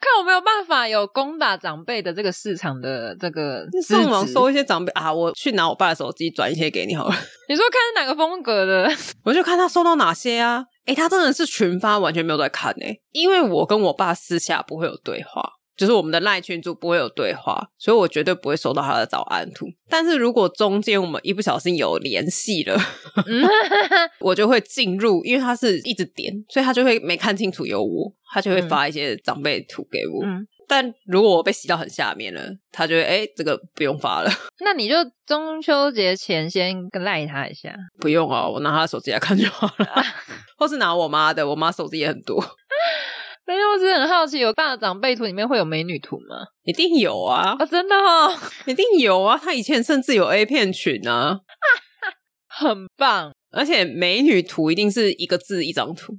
Speaker 2: 看我没有办法有攻打长辈的这个市场的这个资质
Speaker 1: 上网搜一些长辈啊，我去拿我爸的手机转一些给你好了。
Speaker 2: 你说看是哪个风格的？
Speaker 1: 我就看他收到哪些啊。诶、他真的是群发，完全没有在看诶、因为我跟我爸私下不会有对话，就是我们的赖群组不会有对话，所以我绝对不会收到他的早安图。但是如果中间我们一不小心有联系了，
Speaker 2: 嗯，
Speaker 1: 我就会进入，因为他是一直点，所以他就会没看清楚有我，他就会发一些长辈图给我。
Speaker 2: 嗯
Speaker 1: 但如果我被洗到很下面了，他就会诶、这个不用发了，
Speaker 2: 那你就中秋节前先跟赖他一下。
Speaker 1: 不用 哦，我拿他的手机来看就好了，或是拿我妈的，我妈手机也很多。
Speaker 2: 但是我只是很好奇，有大长辈图里面会有美女图吗？
Speaker 1: 一定有啊
Speaker 2: 啊、，真的哦，
Speaker 1: 一定有啊！他以前甚至有 A 片群啊，
Speaker 2: 很棒，
Speaker 1: 而且美女图一定是一个字一张图。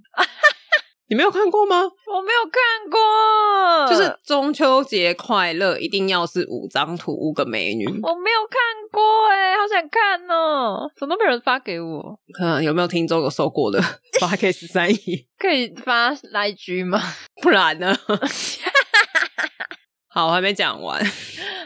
Speaker 1: 你没有看过吗？
Speaker 2: 我没有看过，
Speaker 1: 就是中秋节快乐，一定要是五张图，五个美女。
Speaker 2: 我没有看过哎、好想看哦，怎么都没有人发给我？
Speaker 1: 看、有没有听众有收过的？八 K 十三亿，
Speaker 2: 可以发 IG 吗？
Speaker 1: 不然呢？好，我还没讲完。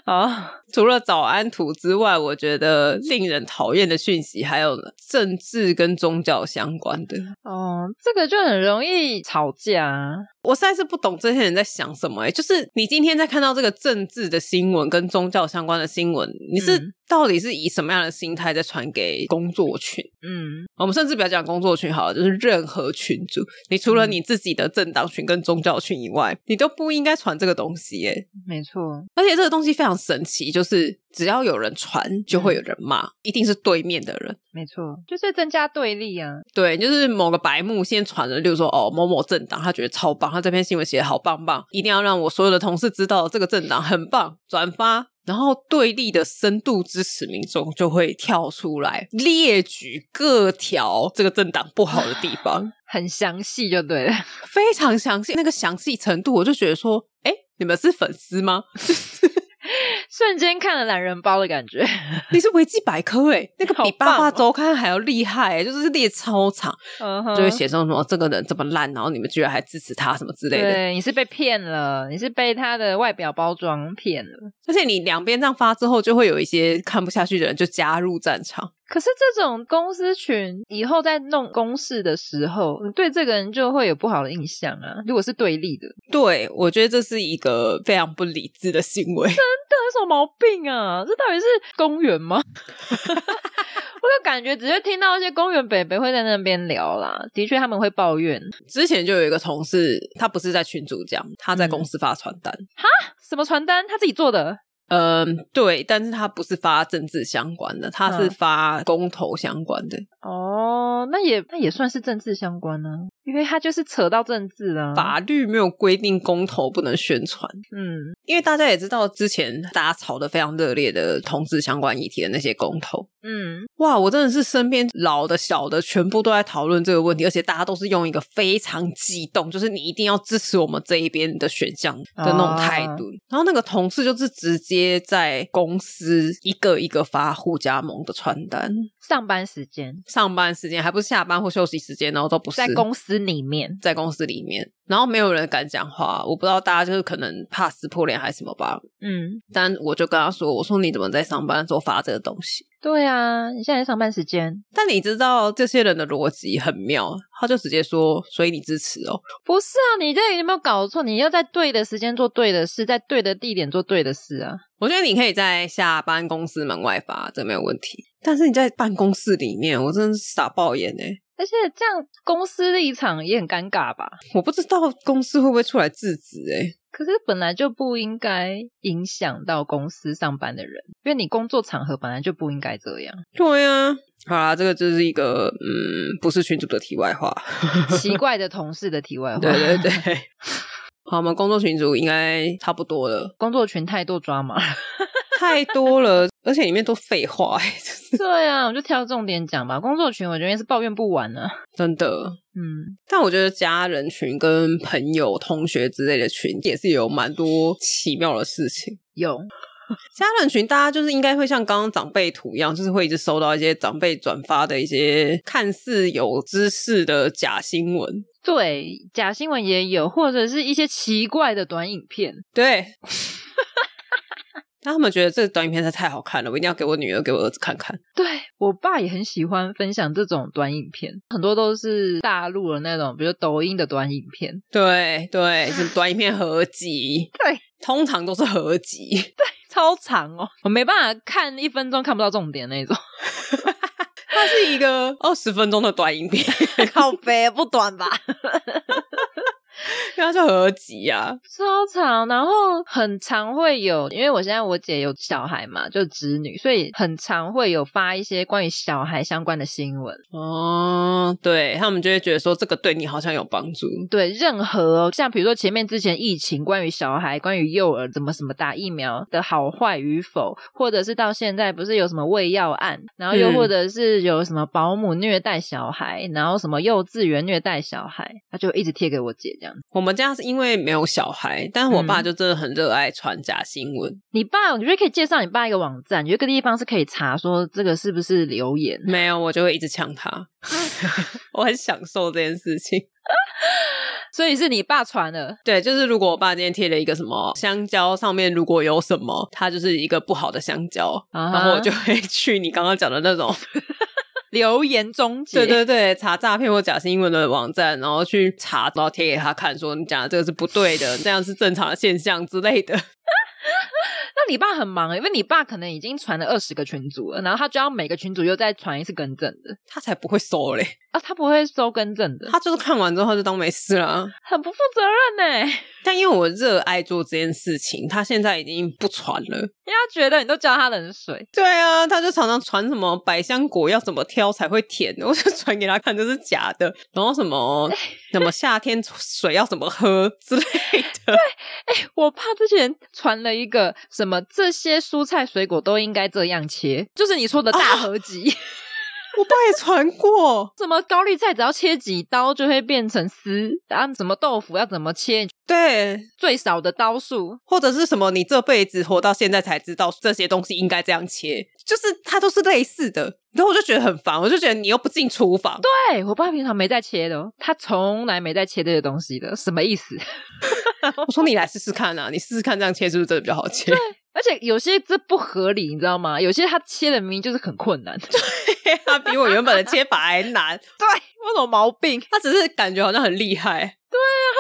Speaker 2: 啊，
Speaker 1: 除了早安图之外，我觉得令人讨厌的讯息还有政治跟宗教相关的。
Speaker 2: 哦，这个就很容易吵架啊。
Speaker 1: 我实在是不懂这些人在想什么、欸。就是你今天在看到这个政治的新闻跟宗教相关的新闻，你是
Speaker 2: 嗯
Speaker 1: 到底是以什么样的心态在传给工作群？
Speaker 2: 嗯，
Speaker 1: 我们甚至不要讲工作群好了，就是任何群组，你除了
Speaker 2: 嗯
Speaker 1: 你自己的政党群跟宗教群以外，你都不应该传这个东西耶、
Speaker 2: 没错，
Speaker 1: 而且这个东西非常神奇，就是只要有人传，就
Speaker 2: 嗯
Speaker 1: 会有人骂，一定是对面的人。
Speaker 2: 没错，就是增加对立啊。
Speaker 1: 对，就是某个白目先传了，例如说哦某某政党，他觉得超棒，他这篇新闻写的好棒棒，一定要让我所有的同事知道这个政党很棒，转发。然后对立的深度支持民众就会跳出来列举各条这个政党不好的地方，
Speaker 2: 很详细就对了，
Speaker 1: 非常详细，那个详细程度，我就觉得说，哎、你们是粉丝吗？就是
Speaker 2: 瞬间看了懒人包的感觉。
Speaker 1: 你是维基百科哎、那个
Speaker 2: 好
Speaker 1: 比《
Speaker 2: 棒
Speaker 1: 八卦
Speaker 2: 哦
Speaker 1: 周刊》还要厉害、欸，就是列超长，
Speaker 2: 嗯
Speaker 1: 就
Speaker 2: 哼
Speaker 1: 会写上什么这个人这么烂，然后你们居然还支持他什么之类的。
Speaker 2: 对，你是被骗了，你是被他的外表包装骗了。
Speaker 1: 而且你两边这样发之后，就会有一些看不下去的人就加入战场。
Speaker 2: 可是这种公司群以后在弄公事的时候，你对这个人就会有不好的印象啊。如果是对立的，
Speaker 1: 对我觉得这是一个非常不理智的行为。
Speaker 2: 这有什么毛病啊？这到底是公园吗？ 我就感觉只是听到一些公园北北会在那边聊啦，的确他们会抱怨
Speaker 1: 之前就有一个同事，他不是在群主讲，他在公司发传单。
Speaker 2: 什么传单他自己做的，
Speaker 1: 嗯，对，但是他不是发政治相关的，他是
Speaker 2: 嗯
Speaker 1: 发公投相关的，
Speaker 2: 哦，那也那也算是政治相关呢、因为他就是扯到政治啦、
Speaker 1: 法律没有规定公投不能宣传，
Speaker 2: 嗯，
Speaker 1: 因为大家也知道，之前大家吵得非常热烈的同志相关议题的那些公投，
Speaker 2: 嗯，
Speaker 1: 哇，我真的是身边老的小的全部都在讨论这个问题，而且大家都是用一个非常激动，就是你一定要支持我们这一边的选项的那种
Speaker 2: 啊
Speaker 1: 态度。然后那个同事就是直接在公司一个一个发互加盟的传单，
Speaker 2: 上班时间
Speaker 1: 上班时间还不是下班或休息时间，哦然后都不是
Speaker 2: 在公司里面，
Speaker 1: 在公司里面，然后没有人敢讲话，我不知道大家就是可能怕撕破脸还是什么吧。
Speaker 2: 嗯，
Speaker 1: 但我就跟他说：“我说你怎么在上班的时候发这个东西
Speaker 2: 对啊，你现在上班时间？”
Speaker 1: 但你知道这些人的逻辑很妙，他就直接说：“所以你支持哦。
Speaker 2: 不是啊？你这有没有搞错？你要在对的时间做对的事，在对的地点做对的事啊！”
Speaker 1: 我觉得你可以在下班公司门外发，这没有问题。但是你在办公室里面，我真的是傻爆眼哎、
Speaker 2: 而且这样公司立场也很尴尬吧？
Speaker 1: 我不知道公司会不会出来制止哎、
Speaker 2: 可是本来就不应该影响到公司上班的人，因为你工作场合本来就不应该这 样。
Speaker 1: 对啊，好啦，这个就是一个嗯，不是群主的题外话。
Speaker 2: 奇怪的同事的题外话，
Speaker 1: 对对，对。 好，我们工作群组应该差不多了，
Speaker 2: 工作群太多抓 马了。
Speaker 1: 太多了，而且里面都废话、欸，
Speaker 2: 对啊，我就挑重点讲吧。工作群我觉得是抱怨不完啊呢、
Speaker 1: 真的。
Speaker 2: 嗯，
Speaker 1: 但我觉得家人群跟朋友、同学之类的群也是有蛮多奇妙的事情。
Speaker 2: 有
Speaker 1: 家人群大家就是应该会像刚刚长辈图一样，就是会一直收到一些长辈转发的一些看似有知识的假新闻。
Speaker 2: 对假新闻也有，或者是一些奇怪的短影片。
Speaker 1: 对， 他们觉得这个短影片实在太好看了，我一定要给我女儿、给我儿子看看。
Speaker 2: 对我爸也很喜欢分享这种短影片，很多都是大陆的那种，比如抖音的短影片。
Speaker 1: 对对，是短影片合集，
Speaker 2: 对，
Speaker 1: 通常都是合集。
Speaker 2: 超长哦，我没办法看一分钟看不到重点 那种。
Speaker 1: 它是一个二十分钟的短影片，
Speaker 2: 靠背不短吧？
Speaker 1: 因为 它是合集啊，
Speaker 2: 超长，然后很常会有，因为我现在我姐有小孩嘛，就侄女，所以很常会有发一些关于小孩相关的新闻。
Speaker 1: 哦，对他们就会觉得说这个对你好像有帮助，
Speaker 2: 对，任何像比如说前面之前疫情，关于小孩、关于幼儿怎么什么打疫苗的好坏与否，或者是到现在不是有什么喂药案，然后又
Speaker 1: 嗯
Speaker 2: 或者是有什么保姆虐待小孩，然后什么幼稚园虐待小孩，他就一直贴给我姐这样子。
Speaker 1: 我们家是因为没有小孩，但是我爸
Speaker 2: 嗯
Speaker 1: 就真的很热爱传假新闻。
Speaker 2: 你爸，我觉得可以介绍你爸一个网站，有一个地方是可以查说这个是不是留言。
Speaker 1: 没有，我就会一直呛 他。我很享受这件事情。
Speaker 2: 所以是你爸传的，
Speaker 1: 对，就是如果我爸今天贴了一个什么香蕉，上面如果有什么，它就是一个不好的香蕉
Speaker 2: 啊哈
Speaker 1: 然后我就会去你刚刚讲的那种，
Speaker 2: 留言终结。
Speaker 1: 对对对，查诈骗或假新闻的网站，然后去查，然后贴给他看，说你讲的这个是不对的，这样是正常的现象之类的。
Speaker 2: 那你爸很忙，欸因为你爸可能已经传了二十个群组了，然后他就要每个群组又再传一次更正的
Speaker 1: 他才不会收嘞，
Speaker 2: 啊，他不会收更正的，
Speaker 1: 他就是看完之后他就当没事了。
Speaker 2: 很不负责 任欸呢。
Speaker 1: 但因为我热爱做这件事情，他现在已经不传了。
Speaker 2: 因为他觉得你都浇他冷水，
Speaker 1: 对啊，他就常常传什么百香果要怎么挑才会甜，我就传给他看，这是假的。然后什么什么夏天水要怎么喝之类的，
Speaker 2: 我爸之前传了一个什么，这些蔬菜水果都应该这样切，就是你说的大合集，
Speaker 1: 我爸也传过。
Speaker 2: 什么高丽菜只要切几刀就会变成丝，然后什么豆腐要怎么切，
Speaker 1: 对，
Speaker 2: 最少的刀数，
Speaker 1: 或者是什么你这辈子活到现在才知道这些东西应该这样切，就是它都是类似的。然后我就觉得很烦，我就觉得你又不进厨房，
Speaker 2: 对我爸平常没在切的哦，他从来没在切这些东西的，什么意思？
Speaker 1: 我说你来试试看啊，你试试看这样切是不是真的比较好切？
Speaker 2: 而且有些这不合理，你知道吗？有些他切的明明就是很困难， 对，
Speaker 1: 它啊比我原本的切法还难，
Speaker 2: 有种毛病？
Speaker 1: 它只是感觉好像很厉害，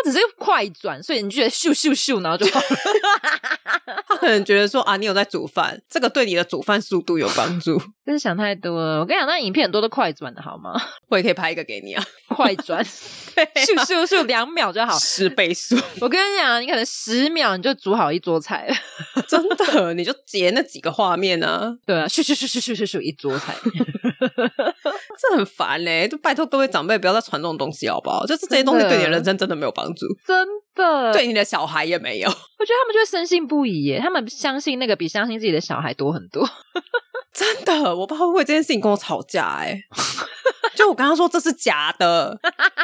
Speaker 2: 他只是快转，所以你就觉得咻咻咻，然后就好了。
Speaker 1: 他可能觉得说啊，你有在煮饭，这个对你的煮饭速度有帮助。
Speaker 2: 真是想太多了。我跟你讲，那影片很多都快转的好吗？
Speaker 1: 我也可以拍一个给你啊，
Speaker 2: 快 转，
Speaker 1: 对
Speaker 2: 咻咻咻，两秒就好。
Speaker 1: 十倍速，
Speaker 2: 我跟你讲，你可能十秒你就煮好一桌菜了。
Speaker 1: 真的，你就截那几个画面啊，
Speaker 2: 对啊，咻咻咻咻咻咻咻，一桌菜。
Speaker 1: 这很烦嘞、就拜托各位长辈不要再传这种东西好不好？就是这些东西
Speaker 2: 真的呃
Speaker 1: 对你的人生真的没有帮助，
Speaker 2: 真的，
Speaker 1: 对你的小孩也没有，
Speaker 2: 我觉得他们就会深信不疑耶，他们相信那个比相信自己的小孩多很多。
Speaker 1: 真的。我爸会为这件事情跟我吵架哎、就我跟他说这是假的，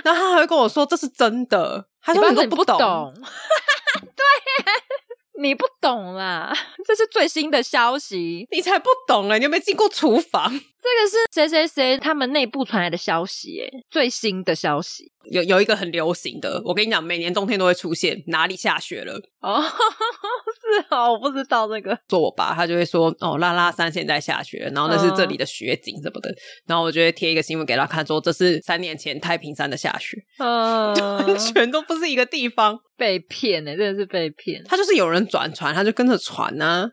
Speaker 1: 然后他还会跟我说这是真的，他
Speaker 2: 你
Speaker 1: 说
Speaker 2: 爸
Speaker 1: 你
Speaker 2: 说
Speaker 1: 都
Speaker 2: 你不
Speaker 1: 懂，
Speaker 2: 懂， 对， 你不懂啦，这是最新的消息，
Speaker 1: 你才不懂哎、你有没有进过厨房？
Speaker 2: 这个是谁谁谁他们内部传来的消息耶，最新的消息
Speaker 1: 有有一个很流行的，我跟你讲，每年冬天都会出现，哪里下雪了？
Speaker 2: 哦， 是哦，我不知道这个，
Speaker 1: 做我爸，他就会说哦，拉拉山现在下雪了，然后那是
Speaker 2: 嗯
Speaker 1: 这里的雪景什么的，然后我就会贴一个新闻给他看，说这是三年前太平山的下雪，
Speaker 2: 嗯、
Speaker 1: 完 全都不是一个地方，
Speaker 2: 被骗呢，真的是被骗，
Speaker 1: 他就是有人转船，他就跟着船啊，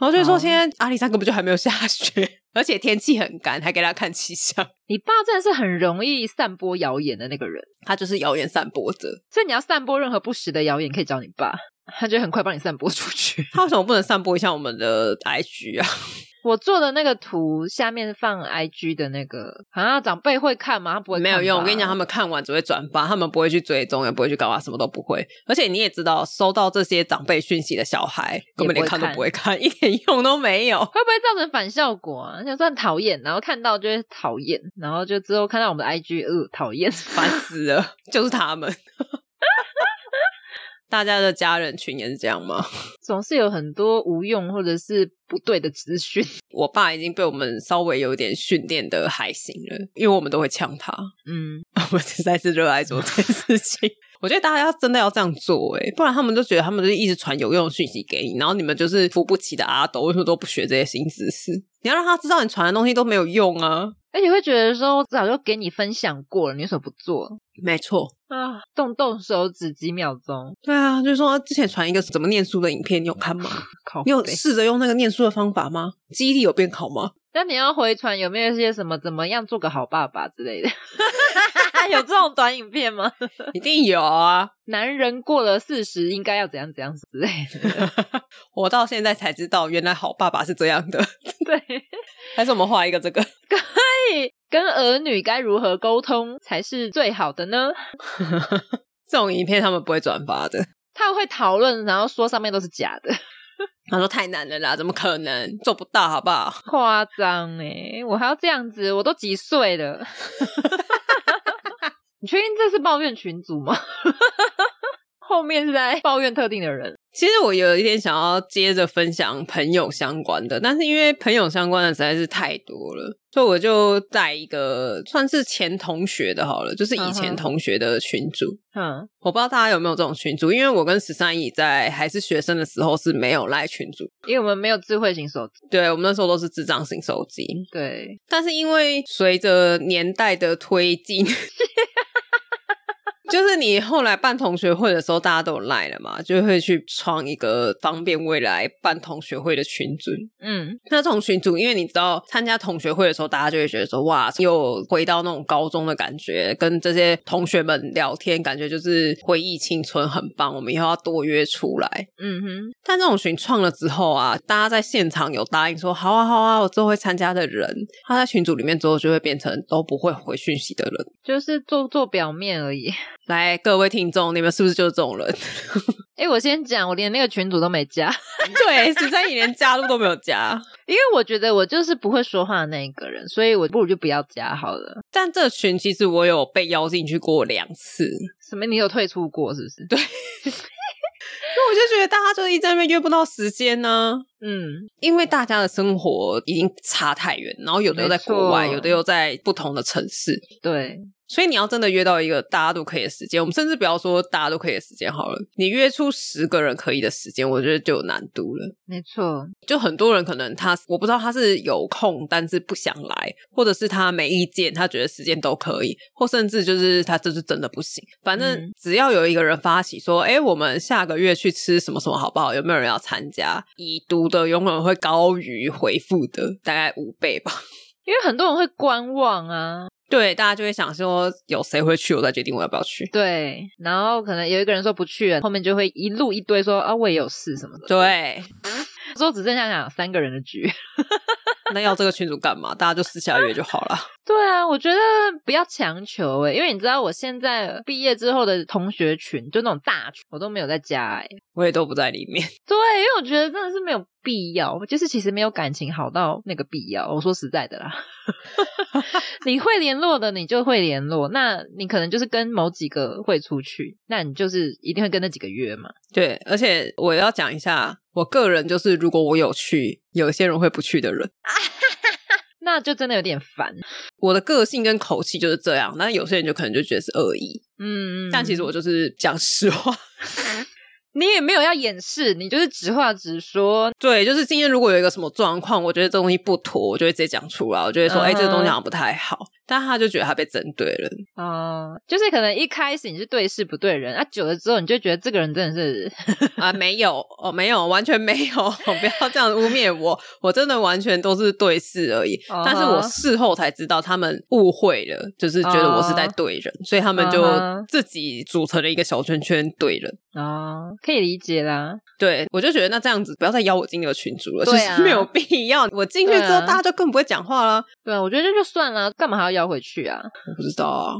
Speaker 1: 然后就说
Speaker 2: 哦
Speaker 1: 现在阿里山根本就还没有下雪， 而且天气很干，还给他看气象，
Speaker 2: 你爸真的是很容易散播谣言的那个人，
Speaker 1: 他就是谣言散播者，
Speaker 2: 所以你要散播任何不实的谣言，可以找你爸。他就很快帮你散播出去。
Speaker 1: 他为什么不能散播一下我们的 IG 啊？
Speaker 2: 我做的那个图下面放 IG 的那个，好像长辈会看吗？他不会看
Speaker 1: 没有用，
Speaker 2: 吧
Speaker 1: 我跟你讲，他们看完只会转发，他们不会去追踪，也不会去干嘛，什么都不会。而且你也知道，收到这些长辈讯息的小孩，根本连看都不会看，一 点用都没有。
Speaker 2: 会不会造成反效果啊？就算讨厌，然后看到就会讨厌，然后就之后看到我们的 IG，呃，讨厌。
Speaker 1: 烦死了，就是他们。 大家的家人群也是这样吗？
Speaker 2: 总是有很多无用或者是不对的资讯。
Speaker 1: 我爸已经被我们稍微有点训练的还行了，因为我们都会呛他，
Speaker 2: 嗯，
Speaker 1: 我们实在是热爱做这件事情。我觉得大家要真的要这样做、欸，不然他们就觉得他们就一直传有用的讯息给你，然后你们就是扶不起的阿斗，为什么都不学这些新知识？你要让他知道你传的东西都没有用啊！
Speaker 2: 而且会觉得说，我早就给你分享过了，你为什么不做
Speaker 1: 没错，
Speaker 2: 啊？动动手指几秒钟，
Speaker 1: 对啊，就是说之前传一个怎么念书的影片，你有看吗？
Speaker 2: 靠
Speaker 1: 你有
Speaker 2: 背
Speaker 1: 试着用那个念书的方法吗？记忆力有变好吗？
Speaker 2: 那你要回传有没有一些什么怎么样做个好爸爸之类的？ 有这种短影片吗？
Speaker 1: 一定有啊！
Speaker 2: 男人过了四十应该要怎样怎样之类 的。
Speaker 1: 我到现在才知道，原来好爸爸是这样的。
Speaker 2: 对，
Speaker 1: 还是我们画一个这个？
Speaker 2: 跟儿女该如何沟通才是最好的呢？
Speaker 1: 这种影片他们不会转发的。
Speaker 2: 他们会讨论，然后说上面都是假的，
Speaker 1: 他说太难了啦，怎么可能做不到？好不好？
Speaker 2: 夸张哎！我还要这样子，我都几岁了。 你确定这是抱怨群组吗？ 后面是在抱怨特定的人，
Speaker 1: 其实我有一点想要接着分享朋友相关的，但是因为朋友相关的实在是太多了，所以我就带一个算是前同学的好了，就是以前
Speaker 2: 嗯哼
Speaker 1: 同学的群组。
Speaker 2: 嗯，
Speaker 1: 我不知道大家有没有这种群组，因为我跟十三姨在还是学生的时候是没有赖群组，
Speaker 2: 因为我们没有智慧型手机，
Speaker 1: 对我们那时候都是智障型手机。
Speaker 2: 对，
Speaker 1: 但是因为随着年代的推进， 就是你后来办同学会的时候，大家都有赖了嘛，就会去创一个方便未来办同学会的群组。
Speaker 2: 嗯，
Speaker 1: 那这种群组，因为你知道参加同学会的时候，大家就会觉得说，哇，又回到那种高中的感觉，跟这些同学们聊天，感觉就是回忆青春，很棒。我们以后要多约出来。
Speaker 2: 嗯哼，
Speaker 1: 但这种群创了之后啊，大家在现场有答应说好啊好啊，我之后会参加的人，他在群组里面之后就会变成都不会回讯息的人。
Speaker 2: 就是做做表面而已。
Speaker 1: 来，各位听众，你们是不是就是这种人？
Speaker 2: 哎、我先讲，我连那个群主都没加，
Speaker 1: 对，十三姨连加入都没有加。
Speaker 2: 因为我觉得我就是不会说话的那一个人，所以我不如就不要加好了。
Speaker 1: 但这群其实我有被邀进去过两次，
Speaker 2: 什么？你有退出过是不是？对，
Speaker 1: 那我就觉得大家就一直在那边约不到时间呢、
Speaker 2: 嗯，
Speaker 1: 因为大家的生活已经差太远，然后有的又在国外，
Speaker 2: 没错
Speaker 1: 有的又在不同的城市，
Speaker 2: 对，
Speaker 1: 所以你要真的约到一个大家都可以的时间，我们甚至不要说大家都可以的时间好了，你约出十个人可以的时间，我觉得就有难度了。
Speaker 2: 没错，
Speaker 1: 就很多人可能他我不知道他是有空，但是不想来，或者是他没意见，他觉得时间都可以，或甚至就是他这是真的不行。反正
Speaker 2: 嗯
Speaker 1: 只要有一个人发起说，哎、我们下个月去吃什么什么好不好？有没有人要参加？已读的永远会高于回复的，大概五倍吧。
Speaker 2: 因为很多人会观望啊，
Speaker 1: 对，大家就会想说，有谁会去，我再决定我要不要去。
Speaker 2: 对，然后可能有一个人说不去了，后面就会一路一堆说啊，我也有事什么的，
Speaker 1: 对，
Speaker 2: 最后只剩下两三个人的局。
Speaker 1: 那要这个群主干嘛？大家就私下约就好了。
Speaker 2: 对啊，我觉得不要强求欸诶、因为你知道我现在毕业之后的同学群，就那种大群，我都没有在加欸诶、
Speaker 1: 我也都不在里面。
Speaker 2: 对，因为我觉得真的是没有必要，就是其实没有感情好到那个必要。我说实在的啦， 你会联络的你就会联络，那你可能就是跟某几个会出去，那你就是一定会跟那几个约嘛。
Speaker 1: 对，而且我要讲一下，我个人就是，如果我有去，有些人会不去的人，
Speaker 2: 那就真的有点烦，
Speaker 1: 我的个性跟口气就是这样。那有些人就可能就觉得是恶意，
Speaker 2: 嗯，
Speaker 1: 但其实我就是讲实话。
Speaker 2: 你也没有要掩饰，你就是直话直说，
Speaker 1: 对，就是今天如果有一个什么状况，我觉得这东西不妥，我就会直接讲出来，我就会说，
Speaker 2: 嗯哼
Speaker 1: 哎、这个东西好像不太好。但他就觉得他被针对了，
Speaker 2: 啊、就是可能一开始你是对事不对人，啊，久了之后你就觉得这个人真的是，
Speaker 1: 啊，没有，哦，没有，完全没有，哦不要这样污蔑我，我真的完全都是对事而已。
Speaker 2: 嗯哼
Speaker 1: 但是我事后才知道他们误会了，就是觉得我是在对人，所以他们就
Speaker 2: 哦嗯哼
Speaker 1: 自己组成了一个小圈圈对人。
Speaker 2: 啊、可以理解啦，
Speaker 1: 对，我就觉得那这样子不要再邀我进那个群组了，
Speaker 2: 对啊
Speaker 1: 就是没有必要。我进去之后，
Speaker 2: 对啊
Speaker 1: 大家就更不会讲话啦。
Speaker 2: 对啊，我觉得这就算了，干嘛还要要回去啊？
Speaker 1: 我不知道啊，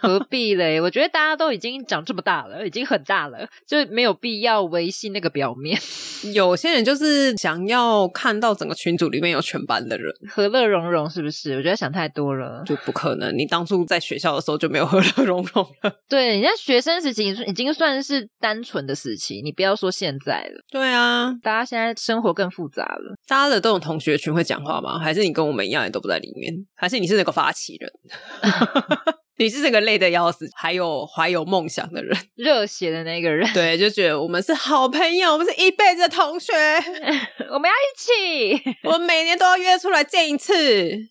Speaker 2: 何必嘞？我觉得大家都已经长这么大了，已经很大了，就没有必要维系那个表面，
Speaker 1: 有些人就是想要看到整个群组里面有全班的人，
Speaker 2: 和乐融融是不是？我觉得想太多了。
Speaker 1: 就不可能。你当初在学校的时候就没有和 乐融融了。
Speaker 2: 对，你在学生时期已经算是单纯的时期，你不要说现在了，
Speaker 1: 对啊，
Speaker 2: 大家现在生活更复杂了。
Speaker 1: 大家的这种同学群会讲话吗？还是你跟我们一样也都不在里面？还是你是那个发起人？ 你是这个累得要死，还有怀有梦想的 人，
Speaker 2: 热血的那个人，
Speaker 1: 对，就觉得我们是好朋友，我们是一辈子的同 学，
Speaker 2: 我们要一起。
Speaker 1: 我们每年都要约出来见一次。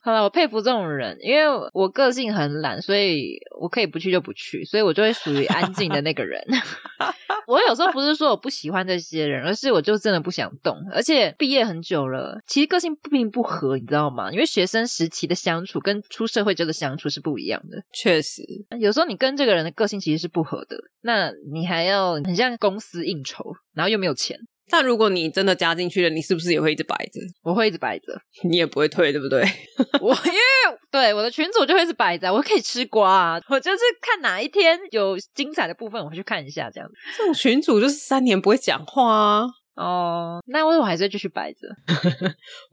Speaker 2: 好了，我佩服这种人，因为我个性很懒，所以我可以不去就不去，所以我就会属于安静的那个人。 我有时候不是说我不喜欢这些人，而是我就真的不想动。而且毕业很久了，其实个性并不合，你知道吗？因为学生时期的相处跟出社会之后的相处是不一样的。
Speaker 1: 确实，
Speaker 2: 有时候你跟这个人的个性其实是不合的，那你还要很像公司应酬，然后又没有钱，
Speaker 1: 但如果你真的加进去了，你是不是也会一直摆着？
Speaker 2: 我会一直摆着。
Speaker 1: 你也不会退，对不对？
Speaker 2: 我因为对我的群组就会是摆着，我可以吃瓜、啊，我就是看哪一天有精彩的部分，我会去看一下这样。
Speaker 1: 这种群主就是三年不会讲话啊，
Speaker 2: 哦，那我我还是会继续摆着。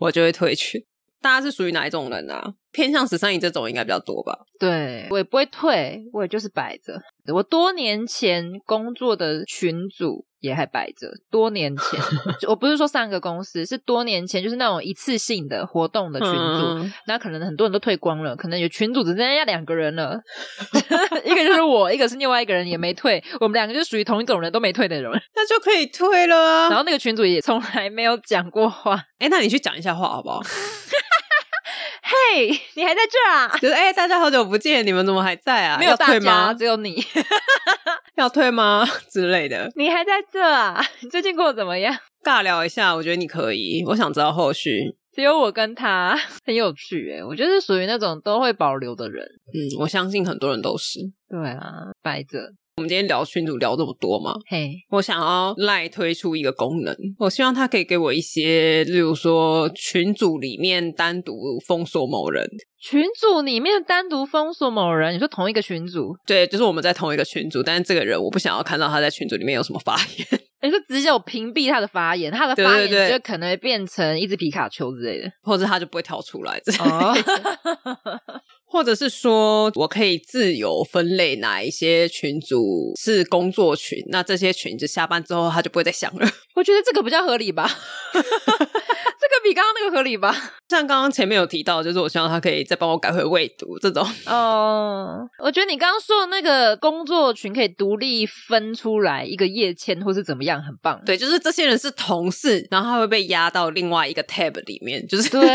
Speaker 1: 我就会退群。大家是属于哪一种人啊？偏向十三姨这种应该比较多吧？
Speaker 2: 对我也不会退，我也就是摆着。我多年前工作的群组也还摆着，多 年前就我不是说上个公司，是多年前就是那种一次性的活动的群组，
Speaker 1: 嗯
Speaker 2: 那可能很多人都退光了，可能有群组只剩下两个人了， 一个就是我，一个是另外一个人也没退，我们两个就属于同一种人都没退的人。
Speaker 1: 那就可以退了 啊。
Speaker 2: 然后那个群主也从来没有讲过话，
Speaker 1: 哎、那你去讲一下话好不好？
Speaker 2: 嘿，你还在这儿啊？
Speaker 1: 就是哎、大家好久不见，你们怎么还在啊？
Speaker 2: 没有
Speaker 1: 要
Speaker 2: 大
Speaker 1: 退
Speaker 2: 家，
Speaker 1: 吗？
Speaker 2: 只有 你，
Speaker 1: 要退吗？ 之类的，
Speaker 2: 你还在这啊？ 你最近过得怎么样？
Speaker 1: 尬聊一下，我觉得你可以。我想知道后续。
Speaker 2: 只有我跟他 很有趣诶，我觉得是属于那种都会保留的人。
Speaker 1: 嗯，我相信很多人都是。
Speaker 2: 对啊，摆着，
Speaker 1: 我们今天聊群主聊这么多嘛，
Speaker 2: 嘿，
Speaker 1: 我想要赖推出一个功能，我希望它可以给我一些，例如说群组里面单独封锁某人，
Speaker 2: 群组里面单独封锁某人，你说同一个群组，
Speaker 1: 对，就是我们在同一个群组，但是这个人我不想要看到他在群组里面有什么发言。
Speaker 2: 你说直接有屏蔽他的发言，他的
Speaker 1: 对
Speaker 2: 发
Speaker 1: 对对
Speaker 2: 言就可能会变成一只皮卡丘之类的。
Speaker 1: 或者他就不会跳出来之类的，
Speaker 2: 哦，
Speaker 1: 或者是说我可以自由分类哪一些群组是工作群，那这些群就下班之后他就不会再想了。
Speaker 2: 我觉得这个比较合理吧，这个比刚刚那个合理吧。
Speaker 1: 像刚刚前面有提到，就是我希望他可以再帮我改回未读这种，
Speaker 2: 哦，我觉得你刚刚说的那个工作群可以独立分出来一个页签或是怎么样，很棒。
Speaker 1: 对，就是这些人是同事，然后他会被压到另外一个 tab 里面，就是
Speaker 2: 对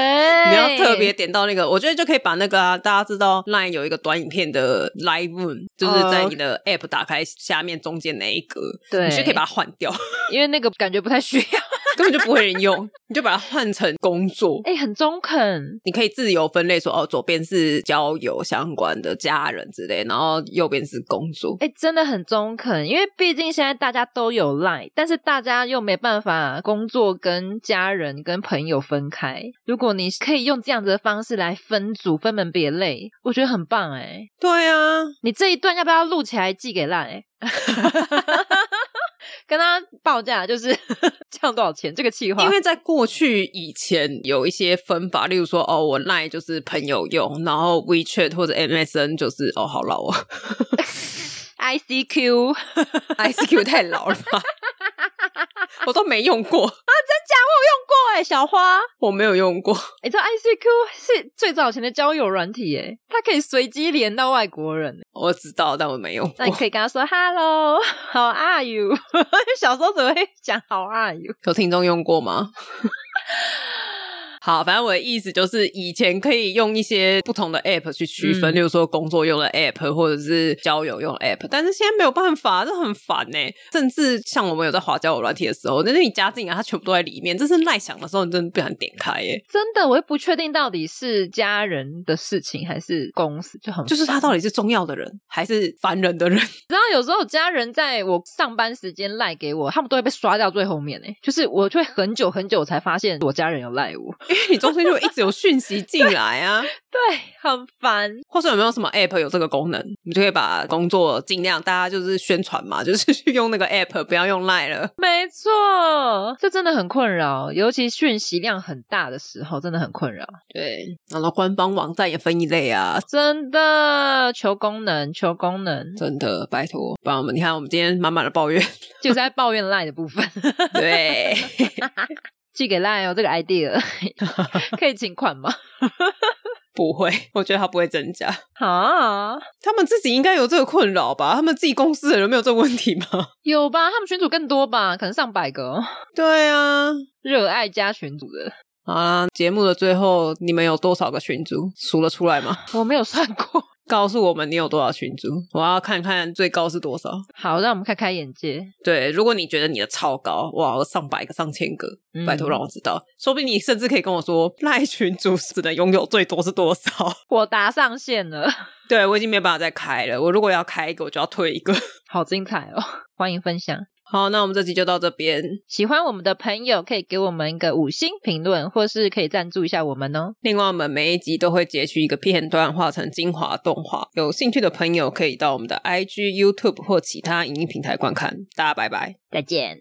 Speaker 1: 你要特别点到那个，我觉得就可以把那个啊，大家知道 LINE 有一个短影片的 Live Room，就是
Speaker 2: 哦
Speaker 1: 在你的 App 打开下面中间那一格，
Speaker 2: 对，
Speaker 1: 你就可以把它换掉，
Speaker 2: 因为那个感觉不太需要。
Speaker 1: 根本就不会有人用，你就把它换成工作。
Speaker 2: 哎、很中肯，
Speaker 1: 你可以自由分类说，哦，左边是交友相关的家人之类，然后右边是工作。
Speaker 2: 哎、真的很中肯，因为毕竟现在大家都有 Line，但是大家又没办法工作跟家人跟朋友分开。如果你可以用这样子的方式来分组、分门别类，我觉得很棒哎、
Speaker 1: 对啊，
Speaker 2: 你这一段要不要录起来寄给烂？ 跟他报价就是 这样多少钱？这个计划，
Speaker 1: 因为在过去以前有一些分法，例如说，哦，我 LINE 就是朋友用，然后 WeChat 或者 MSN 就是，哦，好老哦
Speaker 2: ICQ 我
Speaker 1: ，ICQ 太老了吧， 我都没用过，
Speaker 2: 用过哎、小花，
Speaker 1: 我没有用过。
Speaker 2: 你知道 ICQ 是最早以前的交友软体哎、它可以随机连到外国人、欸
Speaker 1: 我知道，但我没用
Speaker 2: 那
Speaker 1: 过
Speaker 2: 你。可以跟他说 “Hello，How are you？” 小时候怎么会讲 “How are you”？
Speaker 1: 有听众用过吗？ 好，反正我的意思就是，以前可以用一些不同的 app 去区分，
Speaker 2: 嗯
Speaker 1: 例如说工作用的 app 或者是交友用的 app，但是现在没有办法，这很烦呢、甚至像我们有在滑交友软体的时候，但是你加进来，它全部都在里面，这是赖想的时候，你真的不想点开欸耶、
Speaker 2: 真的，我也不确定到底是家人的事情还是公司，就很
Speaker 1: 就是他到底是重要的人还是烦人的人？
Speaker 2: 然后有时候家人在我上班时间赖给我，他们都会被刷掉最后面诶、就是我就会很久很久才发现我家人有赖我，
Speaker 1: 因为你中间就一直有讯息进来啊，
Speaker 2: 对，很烦。
Speaker 1: 或是有没有什么 app 有这个功能，你就可以把工作尽量大家就是宣传嘛，就是 去用那个 app，不要用赖了。
Speaker 2: 没错，这真的很困扰，尤其讯息量很大的时候，真的很困扰。
Speaker 1: 对，然后官方网站也分一类啊，
Speaker 2: 真的，求功能，求功能，
Speaker 1: 真的，拜托，不然我们你看我们今天满满的抱怨，
Speaker 2: 就是在抱怨赖的部分。
Speaker 1: 对，
Speaker 2: 寄给赖哦，这个 idea 可以请款吗？
Speaker 1: 不会，我觉得它不会增加，
Speaker 2: 啊，
Speaker 1: 他们自己应该有这个困扰吧？他们自己公司的人没有这个问题吗？
Speaker 2: 有吧？他们群主更多吧？可能上百个哦，
Speaker 1: 对啊。
Speaker 2: 热爱加群主的，
Speaker 1: 好啦，节目的最后，你们有多少个群组数得出来吗？
Speaker 2: 我没有算过。
Speaker 1: 告诉我们你有多少群组，我要看看最高是多少。
Speaker 2: 好，让我们开开眼界。
Speaker 1: 对，如果你觉得你的超高，哇，上百个、上千个，
Speaker 2: 嗯
Speaker 1: 拜托让我知道。说不定你甚至可以跟我说，赖群主只能拥有最多是多少？
Speaker 2: 我答上线了，
Speaker 1: 对我已经没办法再开了。我如果要开一个，我就要退一个。
Speaker 2: 好精彩哦！欢迎分享。
Speaker 1: 好，那我们这集就到这边。
Speaker 2: 喜欢我们的朋友可以给我们一个五星评论，或是可以赞助一下我们哦。
Speaker 1: 另外，我们每一集都会截取一个片段，画成精华动画。有兴趣的朋友可以到我们的 IG、YouTube 或其他影音平台观看。大家拜拜。
Speaker 2: 再见。